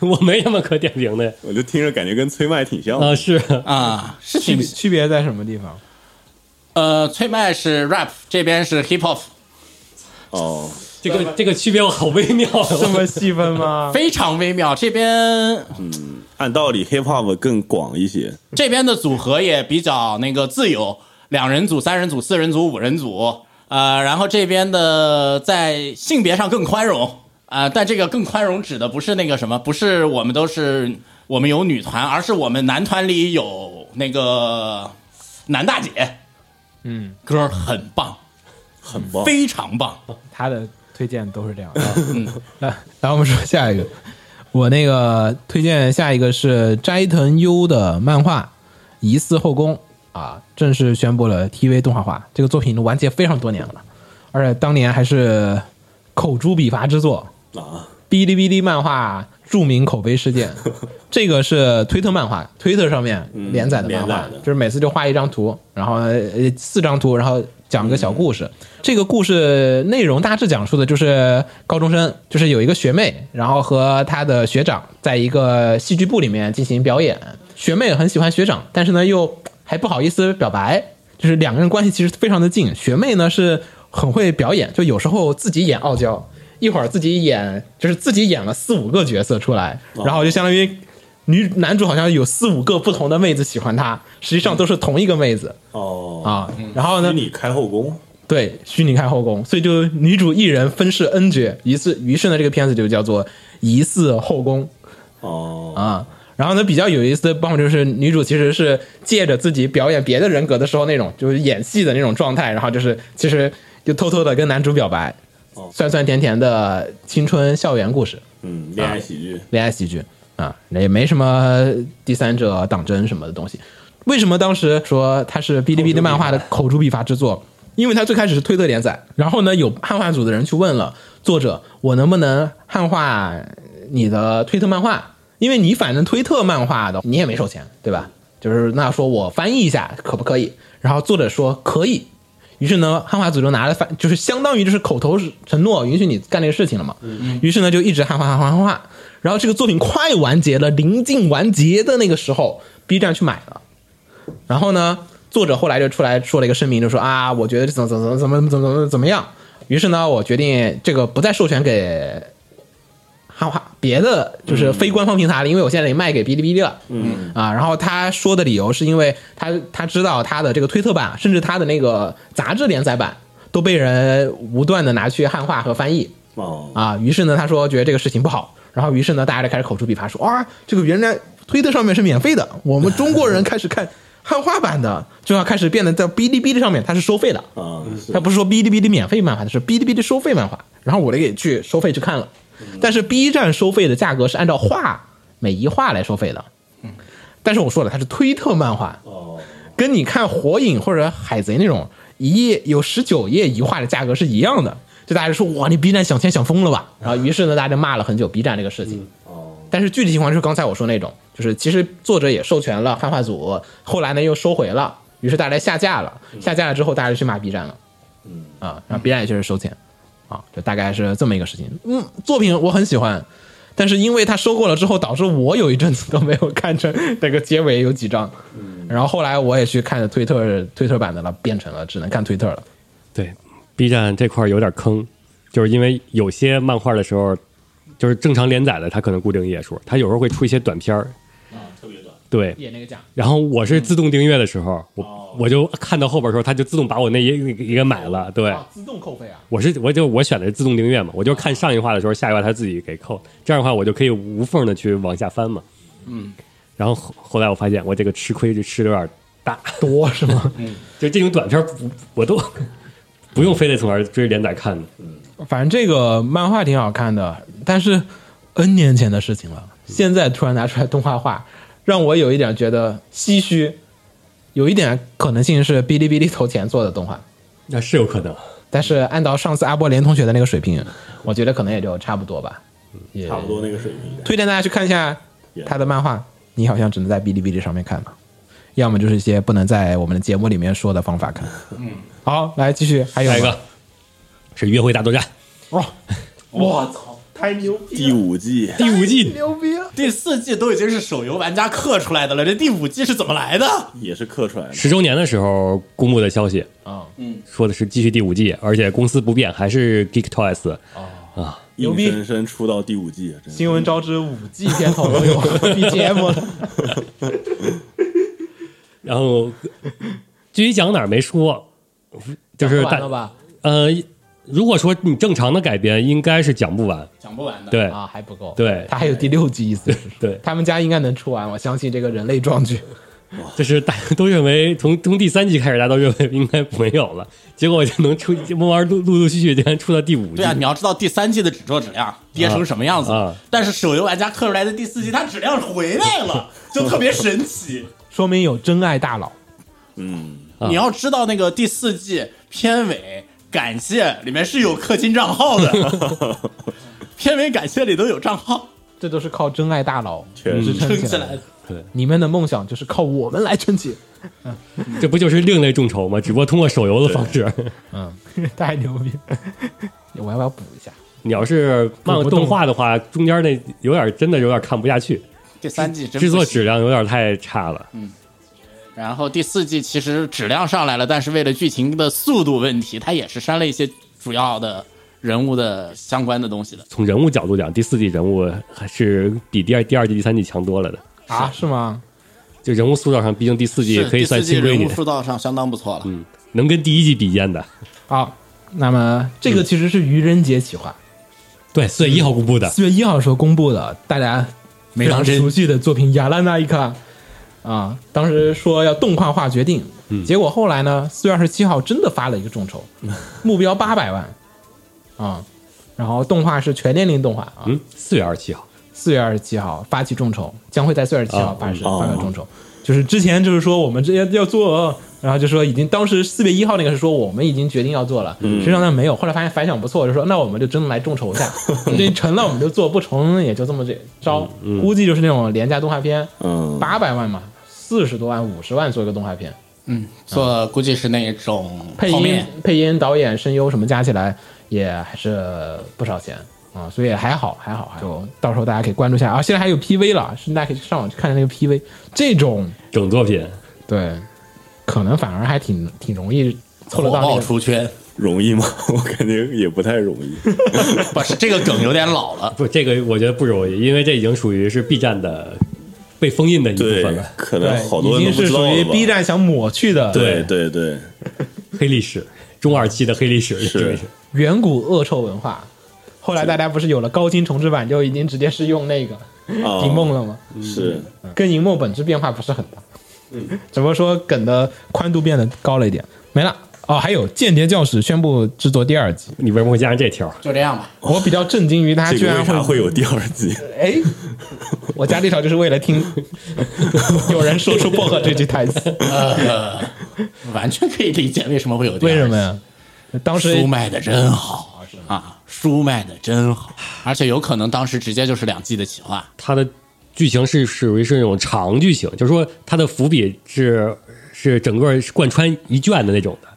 [SPEAKER 2] 我没什么可点评的
[SPEAKER 4] 我就听着感觉跟崔麦挺像
[SPEAKER 2] 啊。
[SPEAKER 4] 的，
[SPEAKER 2] 是
[SPEAKER 3] 啊，是
[SPEAKER 1] 区
[SPEAKER 3] 挺
[SPEAKER 1] 别区别在什么地 方？
[SPEAKER 3] 呃，崔麦是 rap，这边是 hip hop，
[SPEAKER 1] 呃
[SPEAKER 4] 哦，
[SPEAKER 2] 这 个这个区别我好微妙啊。
[SPEAKER 6] 这么细分吗？
[SPEAKER 3] 非常微妙。这边
[SPEAKER 4] 按道理 hip hop 更广一些，
[SPEAKER 3] 这边的组合也比较那个自由，两人组、三人组、四人组、五人组，呃，然后这边的在性别上更宽容，啊，但这个更宽容指的不是那个什么，不是我们都是我们有女团，而是我们男团里有那个男大姐，嗯，歌儿很棒，
[SPEAKER 4] 很棒。
[SPEAKER 3] 非常棒，
[SPEAKER 1] 他的推荐都是这样的。来，来我们说下一个，我那个推荐下一个是斋藤优的漫画《疑似后宫》啊，正式宣布了 TV 动画化。这个作品完结非常多年了，而且当年还是口诛笔伐之作，
[SPEAKER 4] 啊，
[SPEAKER 1] 哔哩哔哩漫画著名口碑事件，这个是推特漫画，推特上面连载的漫
[SPEAKER 4] 连
[SPEAKER 1] 画，
[SPEAKER 4] 载的
[SPEAKER 1] 就是每次就画一张图，然后呃四张图，然后讲一个小故事。这个故事内容大致讲述的就是高中生，就是有一个学妹，然后和她的学长在一个戏剧部里面进行表演。学妹很喜欢学长，但是呢又还不好意思表白，就是两个人关系其实非常的近。学妹呢是很会表演，就有时候自己演傲娇，一会儿自己演就是自己演了四五个角色出来，然后就相当于女男主好像有四五个不同的妹子喜欢他，实际上都是同一个妹子
[SPEAKER 4] 哦，
[SPEAKER 1] 啊。然后
[SPEAKER 4] 那
[SPEAKER 1] 呢，
[SPEAKER 4] 你开后宫
[SPEAKER 1] 对虚拟开后宫，所以就女主一人分饰 N 角，疑似于是呢这个片子就叫做《疑似后宫》。
[SPEAKER 4] 哦，
[SPEAKER 1] 啊。然后呢，比较有意思的办法就是，女主其实是借着自己表演别的人格的时候那种就是演戏的那种状态，然后就是其实就偷偷的跟男主表白，酸酸甜甜的青春校园故事，
[SPEAKER 4] 嗯，恋爱喜剧
[SPEAKER 1] 恋爱喜剧啊，也没什么第三者党争什么的东西。为什么当时说它是哔哩哔哩漫画的口诛笔伐之作？因为它最开始是推特连载，然后呢，有汉化组的人去问了作者，我能不能汉化你的推特漫画？因为你反正推特漫画的，你也没收钱，对吧？就是那说我翻译一下可不可以？然后作者说可以，于是呢，汉化组就拿了反，就是相当于就是口头承诺允许你干这个事情了嘛。于是呢，就一直汉化汉化汉化。然后这个作品快完结了，临近完结的那个时候，B 站去买了。然后呢，作者后来就出来说了一个声明，就说啊，我觉得怎么怎么怎么怎么怎么怎么样。于是呢，我决定这个不再授权给汉化别的就是非官方平台了，因为我现在也卖给哔哩哔哩了。嗯啊，然后他说的理由是因为他他知道他的这个推特版，甚至他的那个杂志连载版都被人无断的拿去汉化和翻译。
[SPEAKER 4] 哦，
[SPEAKER 1] 啊，于是呢，他说觉得这个事情不好，然后于是呢，大家就开始口诛笔伐，说啊，这个原来推特上面是免费的，我们中国人开始看汉化版的，就要开始变得在哔哩哔哩上面它是收费的，
[SPEAKER 4] 啊，是
[SPEAKER 1] 它不是说哔哩哔哩免费漫画，它是哔哩哔哩收费漫画。然后我也去收费去看了，但是 B 站收费的价格是按照画每一画来收费的，但是我说了，它是推特漫画，
[SPEAKER 4] 哦，
[SPEAKER 1] 跟你看《火影》或者《海贼》那种一页有十九页一画的价格是一样的。就大家就说哇，你 B 站想钱想疯了吧？然后于是呢，大家就骂了很久 B 站这个事情。但是具体情况就是刚才我说那种，就是其实作者也授权了汉化组，后来呢又收回了，于是大家下架了，下架了之后大家就去骂 B 站了。嗯啊，然后 B 站也确实收钱啊，就大概是这么一个事情。嗯，作品我很喜欢，但是因为他收购了之后，导致我有一阵子都没有看成那个结尾有几章。然后后来我也去看了推特推特版的了，变成了只能看推特了。
[SPEAKER 2] 对，B 站这块儿有点坑，就是因为有些漫画的时候，就是正常连载的，它可能固定页数，它有时候会出一些短片儿。对，
[SPEAKER 1] 演那个奖，
[SPEAKER 2] 然后我是自动订阅的时候，我我就看到后边的时候，它就自动把我那一一个买了。对，
[SPEAKER 1] 啊，自动扣费啊。
[SPEAKER 2] 我是我就我选的是自动订阅嘛，我就看上一话的时候，下一话它自己给扣，这样的话我就可以无缝的去往下翻嘛。嗯，然后后后来我发现我这个吃亏就吃的有点大，
[SPEAKER 1] 多是吗？
[SPEAKER 2] 就这种短片儿不我都不用非得从而追连载看的。
[SPEAKER 1] 反正这个漫画挺好看的，但是 N 年前的事情了，现在突然拿出来动画化，让我有一点觉得唏嘘。有一点可能性是哔哩哔哩投钱做的动画，
[SPEAKER 2] 那是有可能，
[SPEAKER 1] 但是按照上次阿波连同学的那个水平，我觉得可能也就差不多吧。也
[SPEAKER 4] 差不多那个水平。
[SPEAKER 1] 推荐大家去看一下他的漫画，你好像只能在哔哩哔哩上面看吧，要么就是一些不能在我们的节目里面说的方法看。嗯，好，来继续，还有吗
[SPEAKER 2] 下一个是约会大作战
[SPEAKER 1] 哦，
[SPEAKER 3] 我操，
[SPEAKER 6] 太牛逼
[SPEAKER 4] 第
[SPEAKER 6] 了，
[SPEAKER 4] 五季
[SPEAKER 2] 第五季，
[SPEAKER 6] 牛逼了！
[SPEAKER 3] 第四季都已经是手游玩家刻出来的了，这第五季是怎么来的？
[SPEAKER 4] 也是刻出来的，
[SPEAKER 2] 十周年的时候公布的消息
[SPEAKER 1] 啊，
[SPEAKER 2] 说的是继续第五季，而且公司不变，还是 Geek Toys。
[SPEAKER 1] 牛逼
[SPEAKER 4] 硬生生出到第五季，真的
[SPEAKER 6] 新闻招之五
[SPEAKER 1] G 片头 都有 BGM 了。
[SPEAKER 2] 然后 具体讲哪儿没说，就是
[SPEAKER 1] 完
[SPEAKER 2] 大
[SPEAKER 1] 了吧？
[SPEAKER 2] 呃，如果说你正常的改编，应该是讲不完。
[SPEAKER 3] 讲不完的。
[SPEAKER 2] 对、
[SPEAKER 1] 啊，还不够。
[SPEAKER 2] 对
[SPEAKER 1] 他还有第六季，意思是
[SPEAKER 2] 对，
[SPEAKER 1] 他们家应该能出完，我相信这个人类壮举。
[SPEAKER 2] 就是大家都认为从 从第三季开始，大家都认为应该没有了，结果就能出慢慢陆陆陆续续，竟然出到第五季
[SPEAKER 3] 对。啊，你要知道第三季的制作质量跌成什么样子，
[SPEAKER 2] 啊啊
[SPEAKER 3] 但是手游玩家刻出来的第四季，它质量回来了，就特别神奇。
[SPEAKER 1] 说明有真爱大佬，
[SPEAKER 4] 嗯，
[SPEAKER 2] 啊
[SPEAKER 3] 你要知道那个第四季片尾感谢里面是有氪金账号的， 片尾感谢里都有账号
[SPEAKER 1] 这都是靠真爱大佬
[SPEAKER 4] 确
[SPEAKER 1] 支
[SPEAKER 4] 实
[SPEAKER 1] 撑
[SPEAKER 3] 撑
[SPEAKER 1] 起
[SPEAKER 3] 起
[SPEAKER 1] 来
[SPEAKER 3] 来
[SPEAKER 1] 的
[SPEAKER 3] 的。。
[SPEAKER 1] 你们的梦想就是靠我们来撑起，
[SPEAKER 2] 这不就是另类众筹吗？只不过通过手游的方式。
[SPEAKER 1] 嗯， 太牛逼！我要不要补一下？
[SPEAKER 2] 你要是漫
[SPEAKER 1] 不动
[SPEAKER 2] 动画的话，中间那有点真的有点看不下去，
[SPEAKER 3] 第三季真
[SPEAKER 2] 制
[SPEAKER 3] 不
[SPEAKER 2] 作
[SPEAKER 3] 行嗯
[SPEAKER 2] 质量有点太差了。
[SPEAKER 3] 然后第四季其实质量上来了，但是为了剧情的速度问题，它也是删了一些主要的人物的相关的东西的。
[SPEAKER 2] 从人物角度讲，第四季人物还是比第二第二季、第三季强多了的。
[SPEAKER 1] 啊，是吗？
[SPEAKER 2] 就人物塑造上，毕竟第四季
[SPEAKER 3] 是
[SPEAKER 2] 也可以算
[SPEAKER 3] 第四季
[SPEAKER 2] 新归
[SPEAKER 3] 人
[SPEAKER 2] 你
[SPEAKER 3] 物，塑造上相当不错了。
[SPEAKER 2] 能跟第一季比肩的。
[SPEAKER 1] 好，那么这
[SPEAKER 3] 嗯
[SPEAKER 1] 个其实是愚人节企划，
[SPEAKER 2] 对，四月一号公布的，
[SPEAKER 1] 四月一号的时候公布的，大家非常
[SPEAKER 3] 当真
[SPEAKER 1] 熟悉的作品《亚拉那一卡》啊，当时说要动画化决定，
[SPEAKER 3] 嗯
[SPEAKER 1] 结果后来呢，四月二十七号真的发了一个众 筹，目标八百万啊，然后动画是全年龄动画啊，
[SPEAKER 2] 嗯，四月二十七号，
[SPEAKER 1] 四月二十七号发起众筹，将会在四月二十七号
[SPEAKER 2] 啊
[SPEAKER 1] 发起
[SPEAKER 4] 嗯
[SPEAKER 1] 发表
[SPEAKER 4] 哦
[SPEAKER 1] 众筹。就是之前就是说我们这要要做，然后就说已经当时四月一号那个是说我们已经决定要做了，实际上呢没有。后来发现反响不错，就说那我们就真的来众筹一下，这成了我们就做，不成也就这么这招。估计就是那种廉价动画片，
[SPEAKER 4] 嗯，
[SPEAKER 1] 八百万嘛，四十多万、五十万做一个动画片，
[SPEAKER 3] 嗯，做估计是那种
[SPEAKER 1] 配
[SPEAKER 3] 泡
[SPEAKER 1] 音
[SPEAKER 3] 面、
[SPEAKER 1] 配音、导演、声优什么加起来也还是不少钱啊，所以还好，还好，还好就到时候大家可以关注一下啊。现在还有 PV 了，是大家可以上网去看那个 PV。这种
[SPEAKER 2] 整作品
[SPEAKER 1] 对，可能反而还挺挺容易凑得
[SPEAKER 3] 火
[SPEAKER 1] 到那
[SPEAKER 3] 爆
[SPEAKER 1] 个。
[SPEAKER 3] 出圈，
[SPEAKER 4] 容易吗？ 我感觉也不太容易。
[SPEAKER 3] 不是这个梗有点老了。
[SPEAKER 2] 不，这个我觉得不容易，因为这已经属于是 B 站的被封印的一部
[SPEAKER 4] 对
[SPEAKER 2] 分了，，
[SPEAKER 4] 可
[SPEAKER 1] 对
[SPEAKER 4] 能好，多
[SPEAKER 1] 已经
[SPEAKER 4] 人都不
[SPEAKER 1] 是
[SPEAKER 4] 知道
[SPEAKER 1] 属于
[SPEAKER 4] 了吧
[SPEAKER 1] B 站想抹去的
[SPEAKER 4] 对对对，
[SPEAKER 2] 黑历史，中二期的黑历史
[SPEAKER 4] 是
[SPEAKER 1] 远古恶臭文化。后来大家不是有了高清重制版，就已经直接是用那个
[SPEAKER 4] 啊，
[SPEAKER 1] 荧梦了嗯吗？
[SPEAKER 4] 是
[SPEAKER 1] 跟荧幕本质变化不是很大，嗯，只不过说梗的宽度变得高了一点。没了哦，还有《间谍教室》宣布制作第二季，
[SPEAKER 2] 你为什么会加上这条？
[SPEAKER 3] 就这样吧，
[SPEAKER 1] 我比较震惊于它
[SPEAKER 4] 这
[SPEAKER 1] 居
[SPEAKER 4] 个
[SPEAKER 1] 然
[SPEAKER 4] 为啥会有第二季？
[SPEAKER 1] 哎，我加这条就是为了 听有人说出薄荷这句台词，
[SPEAKER 3] 呃，完全可以理解为什么会有第二
[SPEAKER 1] 为
[SPEAKER 3] 季
[SPEAKER 1] 什么？呀？当时
[SPEAKER 3] 书卖的真好啊，书卖的真好，而且有可能当时直接就是两季的企划。
[SPEAKER 2] 它的剧情是属于是那种长剧情，就是说它的伏笔是是整个贯穿一卷的那种的。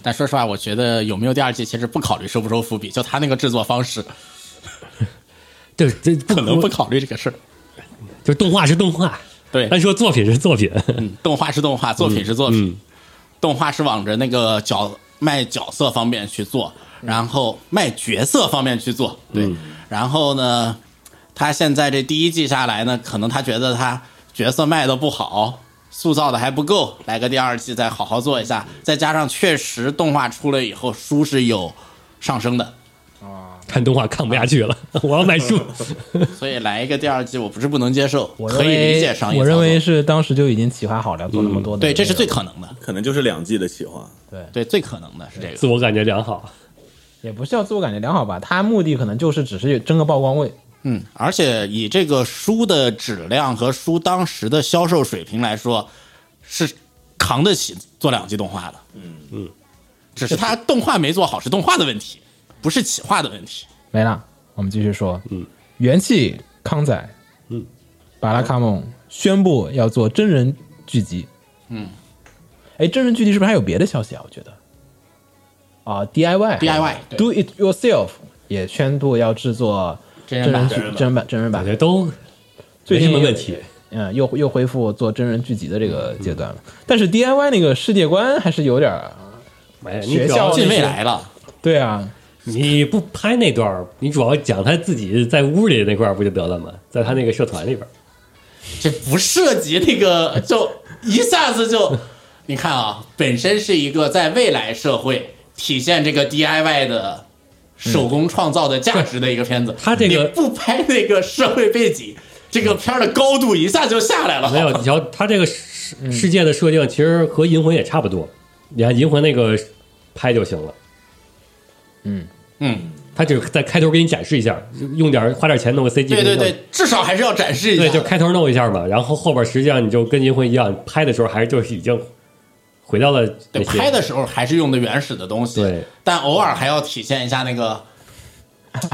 [SPEAKER 3] 但说实话，我觉得有没有第二季，其实不考虑收不收伏笔，就他那个制作方式，
[SPEAKER 2] 对，这不
[SPEAKER 3] 可能不考虑这个事儿。
[SPEAKER 2] 就动画是动画，
[SPEAKER 3] 对，
[SPEAKER 2] 咱说作品是作品，
[SPEAKER 3] 嗯，动画是动画，作品是作品，动画是往着那个角卖角色方面去做，然后卖角色方面去做，对。然后呢，他现在这第一季下来呢，可能他觉得他角色卖的不好，塑造的还不够，来个第二季再好好做一下。再加上确实动画出了以后，书是有上升的，
[SPEAKER 2] 看动画看不下去了，我要买书。
[SPEAKER 3] 所以来一个第二季，我不是不能接受，
[SPEAKER 1] 我
[SPEAKER 3] 可以理解商业
[SPEAKER 1] 我认
[SPEAKER 3] 操
[SPEAKER 1] 为
[SPEAKER 3] 作嗯
[SPEAKER 1] 是当时就已经企划好了要做那么多的内
[SPEAKER 3] 对，
[SPEAKER 1] 容，
[SPEAKER 3] 这是最可能的，
[SPEAKER 4] 可能就是两季的企划。
[SPEAKER 3] 对，最可能的是这个
[SPEAKER 2] 自。我感觉良好，
[SPEAKER 1] 也不是要自我感觉良好吧？他目的可能就是只是争个曝光位，
[SPEAKER 3] 嗯，而且以这个书的质量和书当时的销售水平来说，是扛得起做两季动画的。嗯嗯，只是它动画没做好是动画的问题，不是企划的问题。
[SPEAKER 1] 没了。我们继续说，嗯，元气康仔，嗯，巴拉卡蒙宣布要做真人剧集，嗯，哎，真人剧集是不是还有别的消息啊？我觉得，啊，DIY
[SPEAKER 3] DIY 对
[SPEAKER 1] Do It Yourself 也宣布要制作
[SPEAKER 3] 真
[SPEAKER 1] 真
[SPEAKER 3] 人版
[SPEAKER 1] 人剧真人版真人
[SPEAKER 2] 感觉
[SPEAKER 1] 版，
[SPEAKER 2] 都
[SPEAKER 1] 最
[SPEAKER 2] 没
[SPEAKER 1] 近
[SPEAKER 2] 什么
[SPEAKER 1] 又
[SPEAKER 2] 问题。
[SPEAKER 1] 嗯，又又恢复做真人剧集的这个阶段了。但是 DIY 那个世界观还是有点儿，
[SPEAKER 2] 哎呀，你
[SPEAKER 1] 学
[SPEAKER 2] 主
[SPEAKER 1] 校
[SPEAKER 2] 要
[SPEAKER 3] 近未来了，
[SPEAKER 1] 对啊，
[SPEAKER 2] 你不拍那段儿，你主要讲他自己在屋里那块儿不就得了吗？在他那个社团里边儿，
[SPEAKER 3] 这不涉及那个，就一下子就，你看啊，本身是一个在未来社会体现这个 DIY 的手工创造的价值的一个片子。
[SPEAKER 2] 嗯他这个
[SPEAKER 3] 你不拍那个社会背景，这个片儿的高度一下就下来了。
[SPEAKER 2] 没有，你瞧他这个世世界的设定，其实和银魂也差不多。你看银魂那个拍就行了，
[SPEAKER 3] 嗯，
[SPEAKER 2] 他只在开头给你展示一下，用点儿花点钱弄个 CG，给
[SPEAKER 3] 对对
[SPEAKER 2] 你弄
[SPEAKER 3] 对，至少还是要展示一
[SPEAKER 2] 对，
[SPEAKER 3] 下。
[SPEAKER 2] 就开头弄一下嘛，然后后边实际上你就跟银魂一样，拍的时候还是就是已经回到了那
[SPEAKER 3] 对
[SPEAKER 2] 些
[SPEAKER 3] 拍的时候还是用的原始的东西，
[SPEAKER 2] 对，
[SPEAKER 3] 但偶尔还要体现一下那个，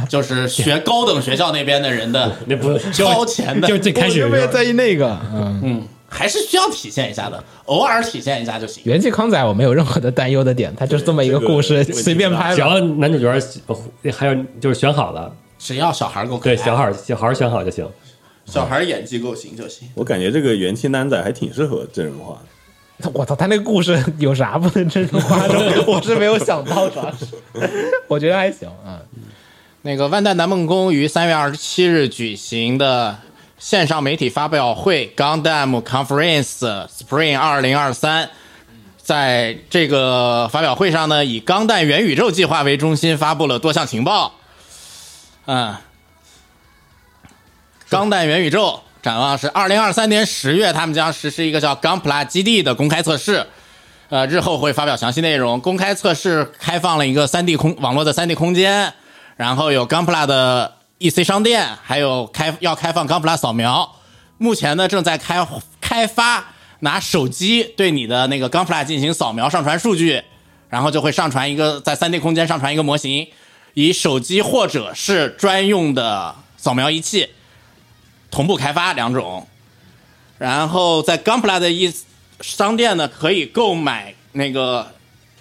[SPEAKER 3] 就是学高等学校那边的人的
[SPEAKER 2] 那不
[SPEAKER 3] 超前的
[SPEAKER 2] 就是最开始
[SPEAKER 6] 我
[SPEAKER 2] 的
[SPEAKER 6] 特别
[SPEAKER 2] 时候
[SPEAKER 6] 在意那个，
[SPEAKER 3] 嗯，还是需要体现一下的，偶尔体现一下就行。
[SPEAKER 1] 元气康仔我没有任何的担忧的点，他就是这么一个
[SPEAKER 4] 这个
[SPEAKER 1] 故事，
[SPEAKER 4] 这个
[SPEAKER 1] 随便拍
[SPEAKER 2] 只
[SPEAKER 1] 吧。
[SPEAKER 2] 要男主角呃还有就是选好了，
[SPEAKER 3] 只要小孩够可爱，
[SPEAKER 2] 对，小孩小孩选好就行。
[SPEAKER 3] 小孩演技够行就行。
[SPEAKER 4] 我感觉这个元气男仔还挺适合真人化的。
[SPEAKER 1] 我操，他那个故事有啥不能真正夸张？我是没有想到啥， 我觉得还行啊。
[SPEAKER 3] 那个《万代南梦宫》于三月二十七日举行的线上媒体发表会 （Gundam Conference Spring 二零二三）在这个发表会上呢，以“钢弹元宇宙计划”为中心发布了多项情报。嗯，钢弹元宇宙展望是二零二三年十月，他们将实施一个叫 “Gunpla 基地”的公开测试。呃，日后会发表详细内容。公开测试开放了一个三 D 空网络的三 D 空间，然后有 Gunpla 的 EC 商店，还有开要开放 Gunpla 扫描。目前呢，正在开开发拿手机对你的那个 Gunpla 进行扫描上传数据，然后就会上传一个在三 D 空间上传一个模型，以手机或者是专用的扫描仪器同步开发两种。然后在 Gunpla 的一商店呢，可以购买那个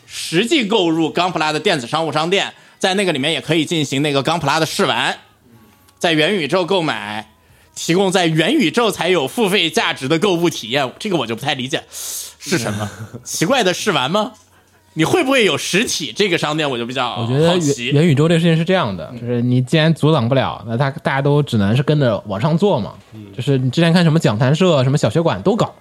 [SPEAKER 3] 实际购入 Gunpla 的电子商务商店，在那个里面也可以进行那个 Gunpla 的试玩，在元宇宙购买，提供在元宇宙才有付费价值的购物体验，这个我就不太理解是 什么奇怪的试玩吗？你会不会有实体这个商店？我就比较
[SPEAKER 1] 我觉得
[SPEAKER 3] 好
[SPEAKER 1] 元
[SPEAKER 3] 奇。嗯
[SPEAKER 1] 元宇宙这事情是这样的，就是你既然阻挡不了，那他大家都只能是跟着往上做嘛。
[SPEAKER 3] 嗯
[SPEAKER 1] 就是你之前看什么讲坛社、什么小学馆都搞，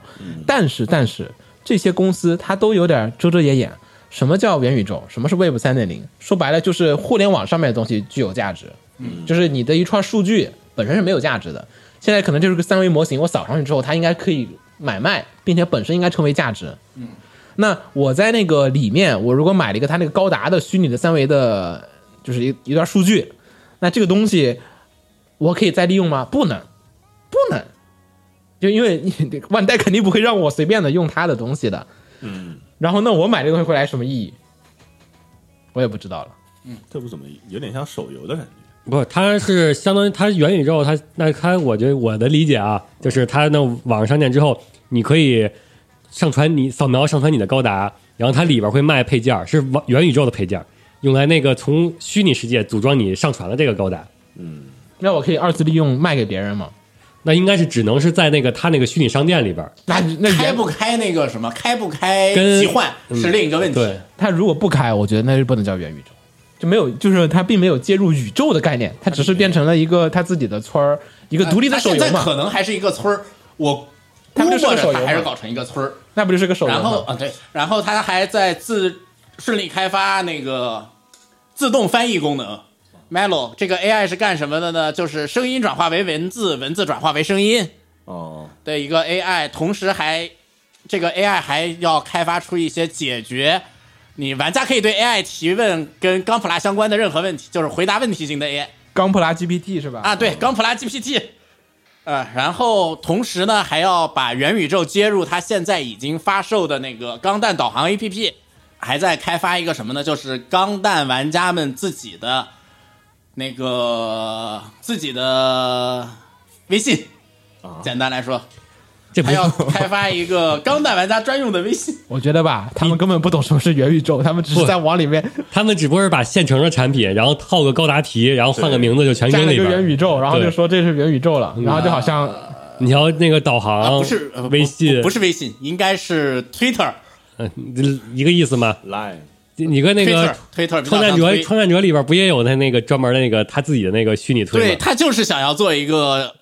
[SPEAKER 1] 但是但是这些公司它都有点遮遮掩掩。什么叫元宇宙？什么是 Web 三点零？说白了就是互联网上面的东西具有价值，
[SPEAKER 3] 嗯
[SPEAKER 1] 就是你的一串数据本身是没有价值的。现在可能就是个三维模型，我扫上去之后，它应该可以买卖，并且本身应该成为价值。那我在那个里面，我如果买了一个它那个高达的虚拟的三维的，就是一一段数据，那这个东西我可以再利用吗？不能，不能，就因为你 万代肯定不会让我随便的用它的东西的。嗯。然后那我买这个东西回来什么意义？我也不知道了。
[SPEAKER 4] 这不怎么有点像手游的感觉，
[SPEAKER 2] 不，他是相当于他元宇宙，他啊那他我觉得我的理解啊，就是他那网上店之后，你可以上传你扫描上传你的高达，然后它里边会卖配件儿，是往元宇宙的配件儿，用来那个从虚拟世界组装你上传了这个高达。
[SPEAKER 1] 那我可以二次利用卖给别人吗？
[SPEAKER 2] 那应该是只能是在那个它那个虚拟商店里边儿，
[SPEAKER 1] 那那
[SPEAKER 3] 开
[SPEAKER 1] 原
[SPEAKER 3] 不开那个什么，开不开
[SPEAKER 2] 跟
[SPEAKER 3] 奇幻
[SPEAKER 2] 嗯
[SPEAKER 3] 是另一个问题。
[SPEAKER 2] 对，
[SPEAKER 1] 它如果不开，我觉得那就不能叫元宇宙，就没有，就是它并没有接入宇宙的概念，它只是变成了一个它自己的村儿，一个独立的
[SPEAKER 3] 呃它
[SPEAKER 1] 手
[SPEAKER 3] 现在
[SPEAKER 1] 游
[SPEAKER 3] 可
[SPEAKER 1] 嘛，
[SPEAKER 3] 能还是一个村儿，我
[SPEAKER 1] 它
[SPEAKER 3] 估
[SPEAKER 1] 不
[SPEAKER 3] 摸
[SPEAKER 1] 就是个手
[SPEAKER 3] 着
[SPEAKER 1] 游
[SPEAKER 3] 它还是
[SPEAKER 1] 吗
[SPEAKER 3] 搞成一个村儿。
[SPEAKER 1] 那不就是个手游
[SPEAKER 3] 然后
[SPEAKER 1] 吗？
[SPEAKER 3] 啊，对，然后它还在自顺利开发那个自动翻译功能。Melo 这个 AI 是干什么的呢？就是声音转化为文字，文字转化为声音
[SPEAKER 4] 哦，
[SPEAKER 3] 的一个 AI，同时还这个 AI 还要开发出一些解决你玩家可以对 AI 提问跟钢普拉相关的任何问题，就是回答问题型的 AI。
[SPEAKER 1] 钢普拉 GPT 是吧？
[SPEAKER 3] 啊，对，钢普拉 GPT，呃，然后同时呢，还要把元宇宙接入它现在已经发售的那个钢弹导航 APP，还在开发一个什么呢？就是钢弹玩家们自己的那个自己的微信，简单来说，
[SPEAKER 2] 这不
[SPEAKER 3] 还要开发一个钢弹玩家专用的微信。
[SPEAKER 1] 我觉得吧，他们根本不懂什么是元宇宙，他们只是
[SPEAKER 2] 不
[SPEAKER 1] 在往里面
[SPEAKER 2] 他们只不过是把现成的产品，然后套个高达题，然后换个名字就全
[SPEAKER 1] 加
[SPEAKER 2] 跟
[SPEAKER 1] 了一
[SPEAKER 2] 里
[SPEAKER 1] 个
[SPEAKER 2] 边
[SPEAKER 1] 元
[SPEAKER 2] 儿。
[SPEAKER 1] 宇宙，然后
[SPEAKER 2] 对
[SPEAKER 1] 就说这是元宇宙了，然后就好像
[SPEAKER 2] 你瞧那个导
[SPEAKER 3] 啊，
[SPEAKER 2] 航，
[SPEAKER 3] 不是呃不
[SPEAKER 2] 微信，
[SPEAKER 3] 不不是微信，应该是 Twitter，
[SPEAKER 2] 呃一个意思吗？
[SPEAKER 4] 来，
[SPEAKER 2] 你跟那个
[SPEAKER 3] Twitter，Twitter 比较
[SPEAKER 2] 创战
[SPEAKER 3] 像
[SPEAKER 2] 者，
[SPEAKER 3] 推
[SPEAKER 2] 创战者里边不也有他那个专门的那个他自己的那个虚拟推
[SPEAKER 3] 对
[SPEAKER 2] 吗？
[SPEAKER 3] 他就是想要做 一个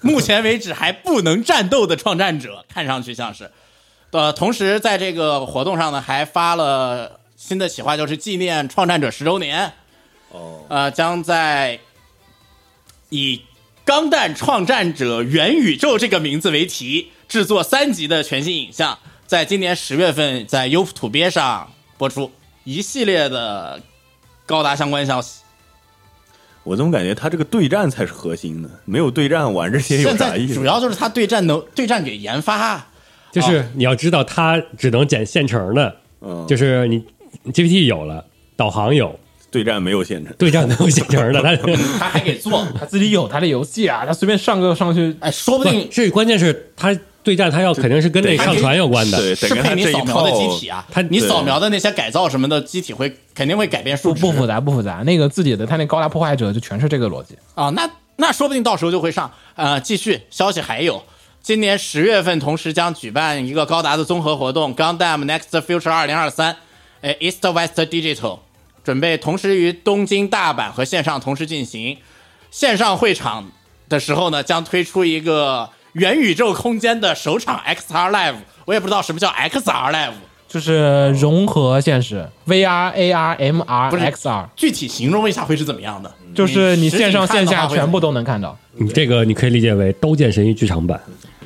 [SPEAKER 3] 目前为止还不能战斗的创战者，看上去像是。呃，同时在这个活动上呢，还发了新的企划，就是纪念创战者十周年。
[SPEAKER 4] 哦，
[SPEAKER 3] 呃，将在以《钢弹创战者元宇宙》这个名字为题，制作三集的全新影像，在今年十月份在优土鳖上播出一系列的高达相关消息。
[SPEAKER 4] 我怎么感觉他这个对战才是核心呢？没有对战玩这些有
[SPEAKER 3] 现
[SPEAKER 4] 啥
[SPEAKER 3] 在
[SPEAKER 4] 意思？
[SPEAKER 3] 主要就是他对战能对战给研发，
[SPEAKER 2] 就是你要知道，他只能捡现成的，
[SPEAKER 4] 嗯，
[SPEAKER 2] 就是你 GPT 有了，导航有，
[SPEAKER 4] 对战没有现成。
[SPEAKER 2] 对战能有现成的，他
[SPEAKER 3] 他还 给做。
[SPEAKER 1] 他自己有他的游戏啊，他随便上个上去
[SPEAKER 3] 哎，说不定
[SPEAKER 2] 不是关键是他对战，他要肯定是跟那个上传有关的。
[SPEAKER 4] 对，得
[SPEAKER 3] 是
[SPEAKER 4] 跟他
[SPEAKER 3] 配你
[SPEAKER 4] 这一
[SPEAKER 3] 扫描的
[SPEAKER 4] 套
[SPEAKER 3] 机体啊，
[SPEAKER 2] 他
[SPEAKER 3] 你
[SPEAKER 4] 对
[SPEAKER 3] 扫描的那些改造什么的机体会肯定会改变数
[SPEAKER 1] 不
[SPEAKER 3] 值
[SPEAKER 1] 不复杂不复杂，那个自己的他那高达破坏者就全是这个逻辑。
[SPEAKER 3] 啊，那那说不定到时候就会上。呃，继续消息还有，今年十月份同时将举办一个高达的综合活动《Gundam Next Future 二零二三》，呃，East West Digital，准备同时于东京、大阪和线上同时进行。线上会场的时候呢，将推出一个元宇宙空间的首场 XR Live，我也不知道什么叫 XR Live，
[SPEAKER 1] 就是融合现实，VR、AR、MR、
[SPEAKER 3] 不是
[SPEAKER 1] XR，
[SPEAKER 3] 具体形容一下会是怎么样的？
[SPEAKER 1] 就是你
[SPEAKER 3] 实
[SPEAKER 1] 线
[SPEAKER 3] 景
[SPEAKER 1] 上
[SPEAKER 3] 看
[SPEAKER 1] 线
[SPEAKER 3] 的话
[SPEAKER 1] 下
[SPEAKER 3] 会怎
[SPEAKER 1] 全
[SPEAKER 3] 么
[SPEAKER 1] 部都能看到。
[SPEAKER 2] 你这个你可以理解为《刀剑神域》剧场版。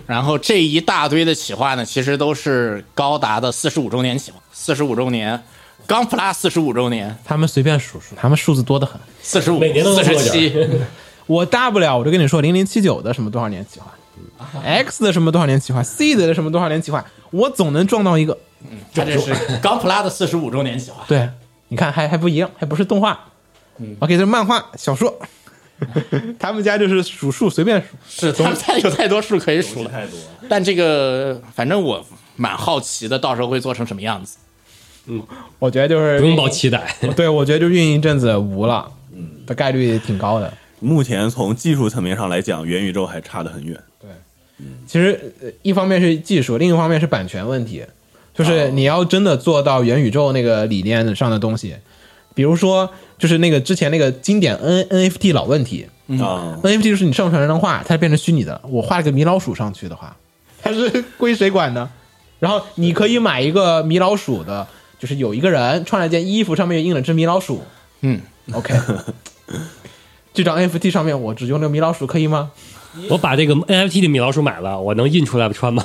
[SPEAKER 3] 然后这一大堆的企划呢，其实都是高达的四十五周年企划，四十五周年，钢普拉四十五周年，
[SPEAKER 1] 他们随便数数，他们数字多得很。
[SPEAKER 3] 四十五，
[SPEAKER 2] 每年都
[SPEAKER 3] 四
[SPEAKER 2] 能
[SPEAKER 3] 十
[SPEAKER 2] 做点
[SPEAKER 3] 七，
[SPEAKER 1] 我大不了我就跟你说零零七九的什么多少年企划，X 的什么多少年企划，C 的什么多少年企划，我总能撞到一个。
[SPEAKER 3] 它这是钢普拉的四十五周年企划。
[SPEAKER 1] 对，嗯你看还还不一样，还不是动画。OK，这是漫画、小说， 他们家就是数数随便数。
[SPEAKER 3] 是，他 们太有太多数可以数了，太多。但这个反正我蛮好奇的，到时候会做成什么样子。
[SPEAKER 1] 我觉得就是
[SPEAKER 2] 不用抱期待，
[SPEAKER 1] 对，我觉得就运营一阵子无了，的概率挺高的。
[SPEAKER 4] 目前从技术层面上来讲，元宇宙还差得很远。
[SPEAKER 1] 其实呃一方面是技术，另一方面是版权问题，就是你要真的做到元宇宙那个理念上的东西，比如说就是那个之前那个经典 N NFT 老问题
[SPEAKER 3] 嗯
[SPEAKER 4] 啊，
[SPEAKER 1] ，NFT 就是你上传一张画，它变成虚拟的，我画了个米老鼠上去的话，它是归谁管呢？然后你可以买一个米老鼠的，就是有一个人穿了件衣服，上面印了只米老鼠，
[SPEAKER 3] 嗯
[SPEAKER 1] ，OK，这张 NFT 上面我只用那个米老鼠可以吗？
[SPEAKER 2] 我把这个 NFT 的米老鼠买了，我能印出来穿吗？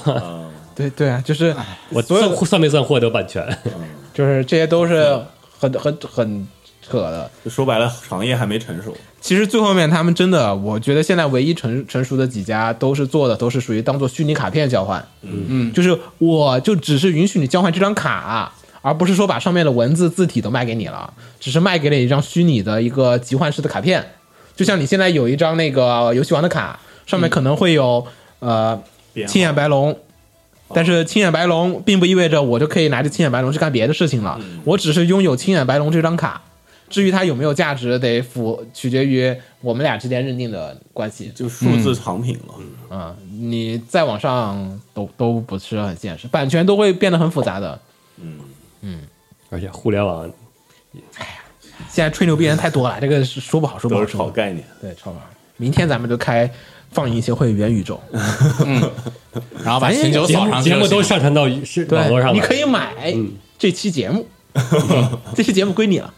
[SPEAKER 1] 对对啊，就是
[SPEAKER 2] 我
[SPEAKER 1] 所有
[SPEAKER 2] 算算没算获得版权？
[SPEAKER 1] 就是这些都是很很很扯的。
[SPEAKER 4] 就说白了，行业还没成熟。
[SPEAKER 1] 其实最后面他们真的，我觉得现在唯一成成熟的几家都是做的都是属于当做虚拟卡片交换，嗯，就是我就只是允许你交换这张卡，而不是说把上面的文字字体都卖给你了，只是卖给了一张虚拟的一个集换式的卡片，就像你现在有一张那个游戏王的卡，上面可能会有、呃
[SPEAKER 4] 编号
[SPEAKER 1] 青眼白龙，
[SPEAKER 2] 哦
[SPEAKER 1] 但是青眼白龙并不意味着我就可以拿着青眼白龙去干别的事情了，
[SPEAKER 2] 嗯
[SPEAKER 1] 我只是拥有青眼白龙这张卡。至于它有没有价值，得符取决于我们俩之间认定的关系。
[SPEAKER 4] 就数字藏品了。
[SPEAKER 1] 嗯，你再往上都都不是很现实，版权都会变得很复杂的。
[SPEAKER 2] 而且互联网
[SPEAKER 1] 现在吹牛逼人太多
[SPEAKER 2] 嗯
[SPEAKER 1] 了，这个是说不好说不
[SPEAKER 4] 都
[SPEAKER 1] 好
[SPEAKER 4] 是炒
[SPEAKER 1] 说。
[SPEAKER 4] 概念，
[SPEAKER 1] 对，超玩。明天咱们就开放映协会元宇宙，
[SPEAKER 3] 然后把星球
[SPEAKER 2] 节
[SPEAKER 3] 扫
[SPEAKER 2] 目
[SPEAKER 3] 上去
[SPEAKER 2] 哎节
[SPEAKER 3] 就
[SPEAKER 2] 目都
[SPEAKER 3] 行
[SPEAKER 2] 上传到是
[SPEAKER 1] 对
[SPEAKER 2] 网络上，嗯了。
[SPEAKER 1] 你可以买这期节 目，这期节目归你了，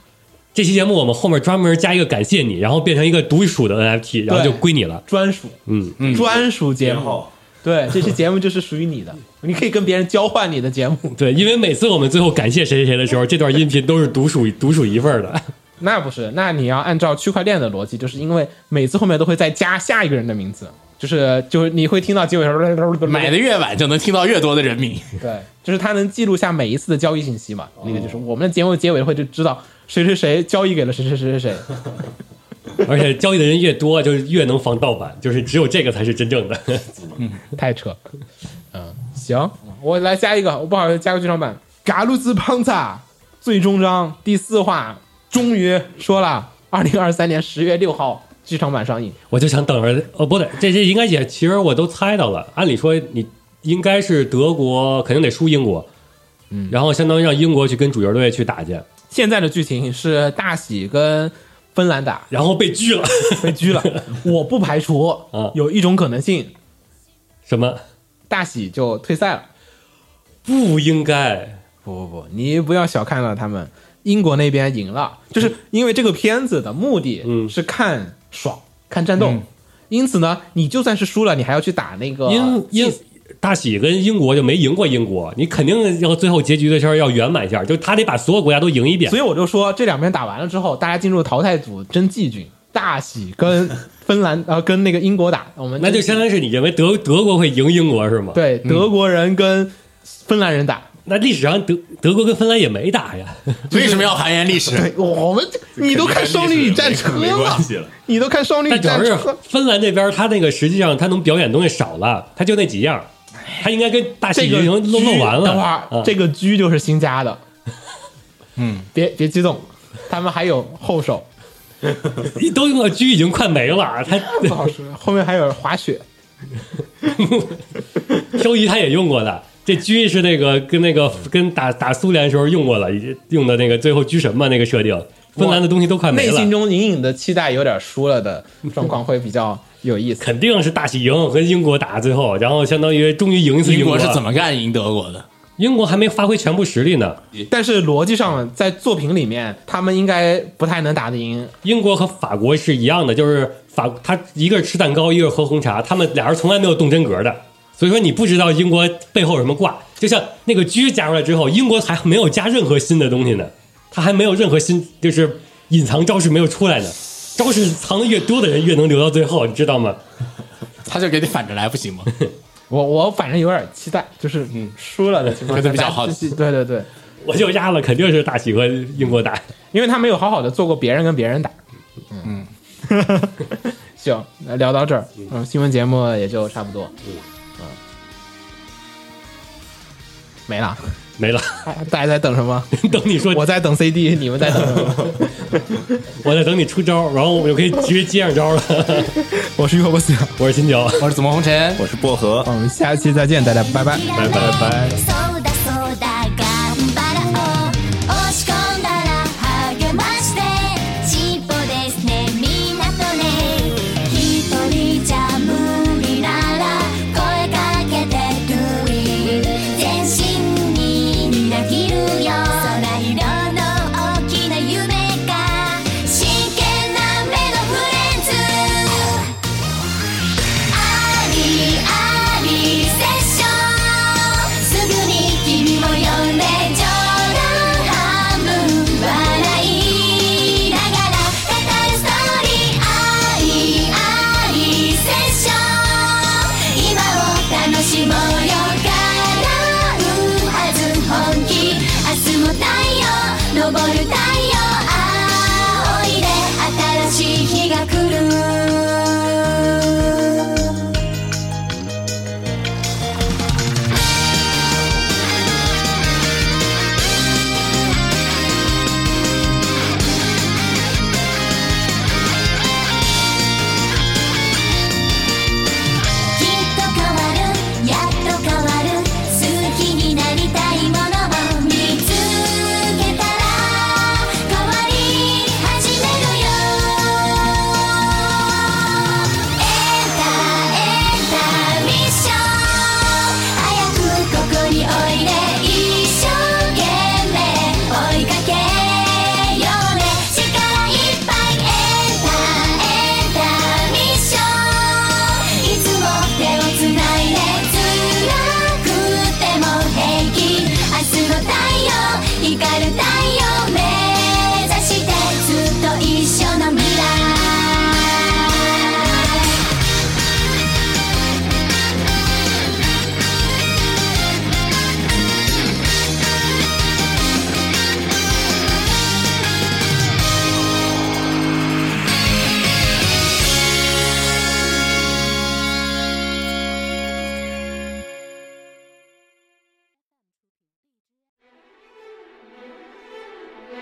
[SPEAKER 2] 这期节目我们后面专门加一个感谢你，然后变成一个独属的 NFT，然后就归你了。
[SPEAKER 1] 专属
[SPEAKER 2] 嗯，
[SPEAKER 1] 专属节目。对，这期节目就是属于你的，你可以跟别人交换你的节目，
[SPEAKER 2] 对，因为每次我们最后感谢谁谁谁的时候，这段音频都是独属独属一份儿的。
[SPEAKER 1] 那不是？那你要按照区块链的逻辑，就是因为每次后面都会再加下一个人的名字，就是就是你会听到结尾的时候
[SPEAKER 3] 买的越晚就能听到越多的人名。
[SPEAKER 1] 对，就是它能记录下每一次的交易信息嘛。那个就是我们的节目结尾会就知道谁谁谁交易给了谁谁谁谁谁。
[SPEAKER 2] 而且交易的人越多，就是越能防盗版，就是只有这个才是真正的。
[SPEAKER 1] 太扯。嗯，行，我来加一个，我不好意思加个剧场版。嘎鲁兹邦萨最终章第四话终于说了，二零二三年十月六号剧场版上映。
[SPEAKER 2] 我就想等着，哦，不对，这这应该也其实我都猜到了。按理说你应该是德国，肯定得输英国，嗯，然后相当于让英国去跟主角队去打去，
[SPEAKER 1] 现在的剧情是大喜跟芬兰打
[SPEAKER 2] 然后被拒了。
[SPEAKER 1] 被拘 了，我不排除
[SPEAKER 2] 啊
[SPEAKER 1] 有一种可能性，
[SPEAKER 2] 什么？
[SPEAKER 1] 大喜就退赛了。
[SPEAKER 2] 不应该。
[SPEAKER 1] 不不不，你不要小看了他们，英国那边赢了，就是因为这个片子的目的
[SPEAKER 2] 嗯
[SPEAKER 1] 是看爽、看战斗，因此呢，你就算是输了，你还要去打那个
[SPEAKER 2] 英啊英大喜跟英国就没赢过英国，你肯定要最后结局的时候要圆满一下，就他得把所有国家都赢一遍
[SPEAKER 1] 所。以我就说，这两边打完了之后，大家进入淘汰组争季军，大喜跟芬兰呃跟那个英国打，我们
[SPEAKER 2] 那就嗯
[SPEAKER 1] 争
[SPEAKER 2] 相当于是你认为德德国会赢英国是吗？，
[SPEAKER 1] 对德国人跟芬兰 人打。
[SPEAKER 2] 那历史上德德国跟芬兰也没打呀。
[SPEAKER 3] 为什么要还原历史？
[SPEAKER 1] 对，我们你都看《少女与战车》
[SPEAKER 4] 没关
[SPEAKER 1] 了，
[SPEAKER 4] 系了。
[SPEAKER 1] 你都看《少女与
[SPEAKER 2] 但主
[SPEAKER 1] 战车
[SPEAKER 2] 要是》芬兰这边，他那个实际上他能表演东西少了，他就那几样，他应该跟大
[SPEAKER 1] 这
[SPEAKER 2] 喜已
[SPEAKER 1] 个
[SPEAKER 2] 经
[SPEAKER 1] 狙
[SPEAKER 2] 弄弄完
[SPEAKER 1] 等会
[SPEAKER 2] 了。
[SPEAKER 1] 儿、
[SPEAKER 2] 啊
[SPEAKER 1] 这个狙就是新加的，嗯，别别激动，他们还有后手，
[SPEAKER 2] 都用到狙已经快没了， 他
[SPEAKER 1] 不好说，后面还有滑雪，
[SPEAKER 2] 漂移他也用过的。这狙是那个跟那个跟打打苏联时候用过了，用的那个最后狙神嘛那个设定，芬兰的东西都快没
[SPEAKER 1] 内
[SPEAKER 2] 了
[SPEAKER 1] 心。中隐隐的期待有点输了 的状况会比较有意思。
[SPEAKER 2] 肯定是大喜赢和英国打最后，然后相当于终于赢一次
[SPEAKER 3] 英
[SPEAKER 2] 国
[SPEAKER 3] 国是怎
[SPEAKER 2] 么？
[SPEAKER 3] 么干赢德国的？
[SPEAKER 2] 英国还没发挥全部实力呢。
[SPEAKER 1] 但是逻辑上，在作品里面，他们应该不太能打得赢。
[SPEAKER 2] 英国和法国是一样的，就是法他一个是吃蛋糕，一个是喝红茶，他们俩人从来没有动真格的。所以说你不知道英国背后有什么挂，就像那个狙加入来之后，英国还没有加任何新的东西呢，他还没有任何新就是隐藏招式没有出来呢。招式藏的越多的人越能留到最后，你知道吗？
[SPEAKER 3] 他就给你反着来不行吗？
[SPEAKER 1] 我我反正有点期待，就是嗯输了的情况
[SPEAKER 3] 觉
[SPEAKER 1] 下
[SPEAKER 3] 得比较好
[SPEAKER 1] 大家继续对对对，
[SPEAKER 2] 我就压了，肯定是大喜和英国打。
[SPEAKER 1] 因为他没有好好的做过别人跟别人打。嗯， 行，那聊到这儿，嗯，新闻节目也就差不多，嗯，没了，
[SPEAKER 2] 没了，
[SPEAKER 1] 大家在等什么？
[SPEAKER 2] 等你说
[SPEAKER 1] 我在等 CD，你们在等什么？
[SPEAKER 2] 我在等你出招，然后我就可以直接接上招了。
[SPEAKER 1] 我是于火不死，
[SPEAKER 2] 我是秦九，
[SPEAKER 3] 我是紫梦红尘，
[SPEAKER 4] 我是薄荷
[SPEAKER 1] 我，们下期再见，大家拜拜。
[SPEAKER 2] 拜拜拜。
[SPEAKER 7] そうだそうだ頑張ろう押し込んだら励まして進歩ですねみんなとね一人じゃ無理なら声かけて Do it 全身にみなぎるよ空色の大きな夢が真剣な目のフレンズありありセッションすぐに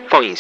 [SPEAKER 8] 放映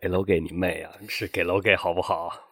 [SPEAKER 5] 给楼给你妹啊！是给楼给好不好？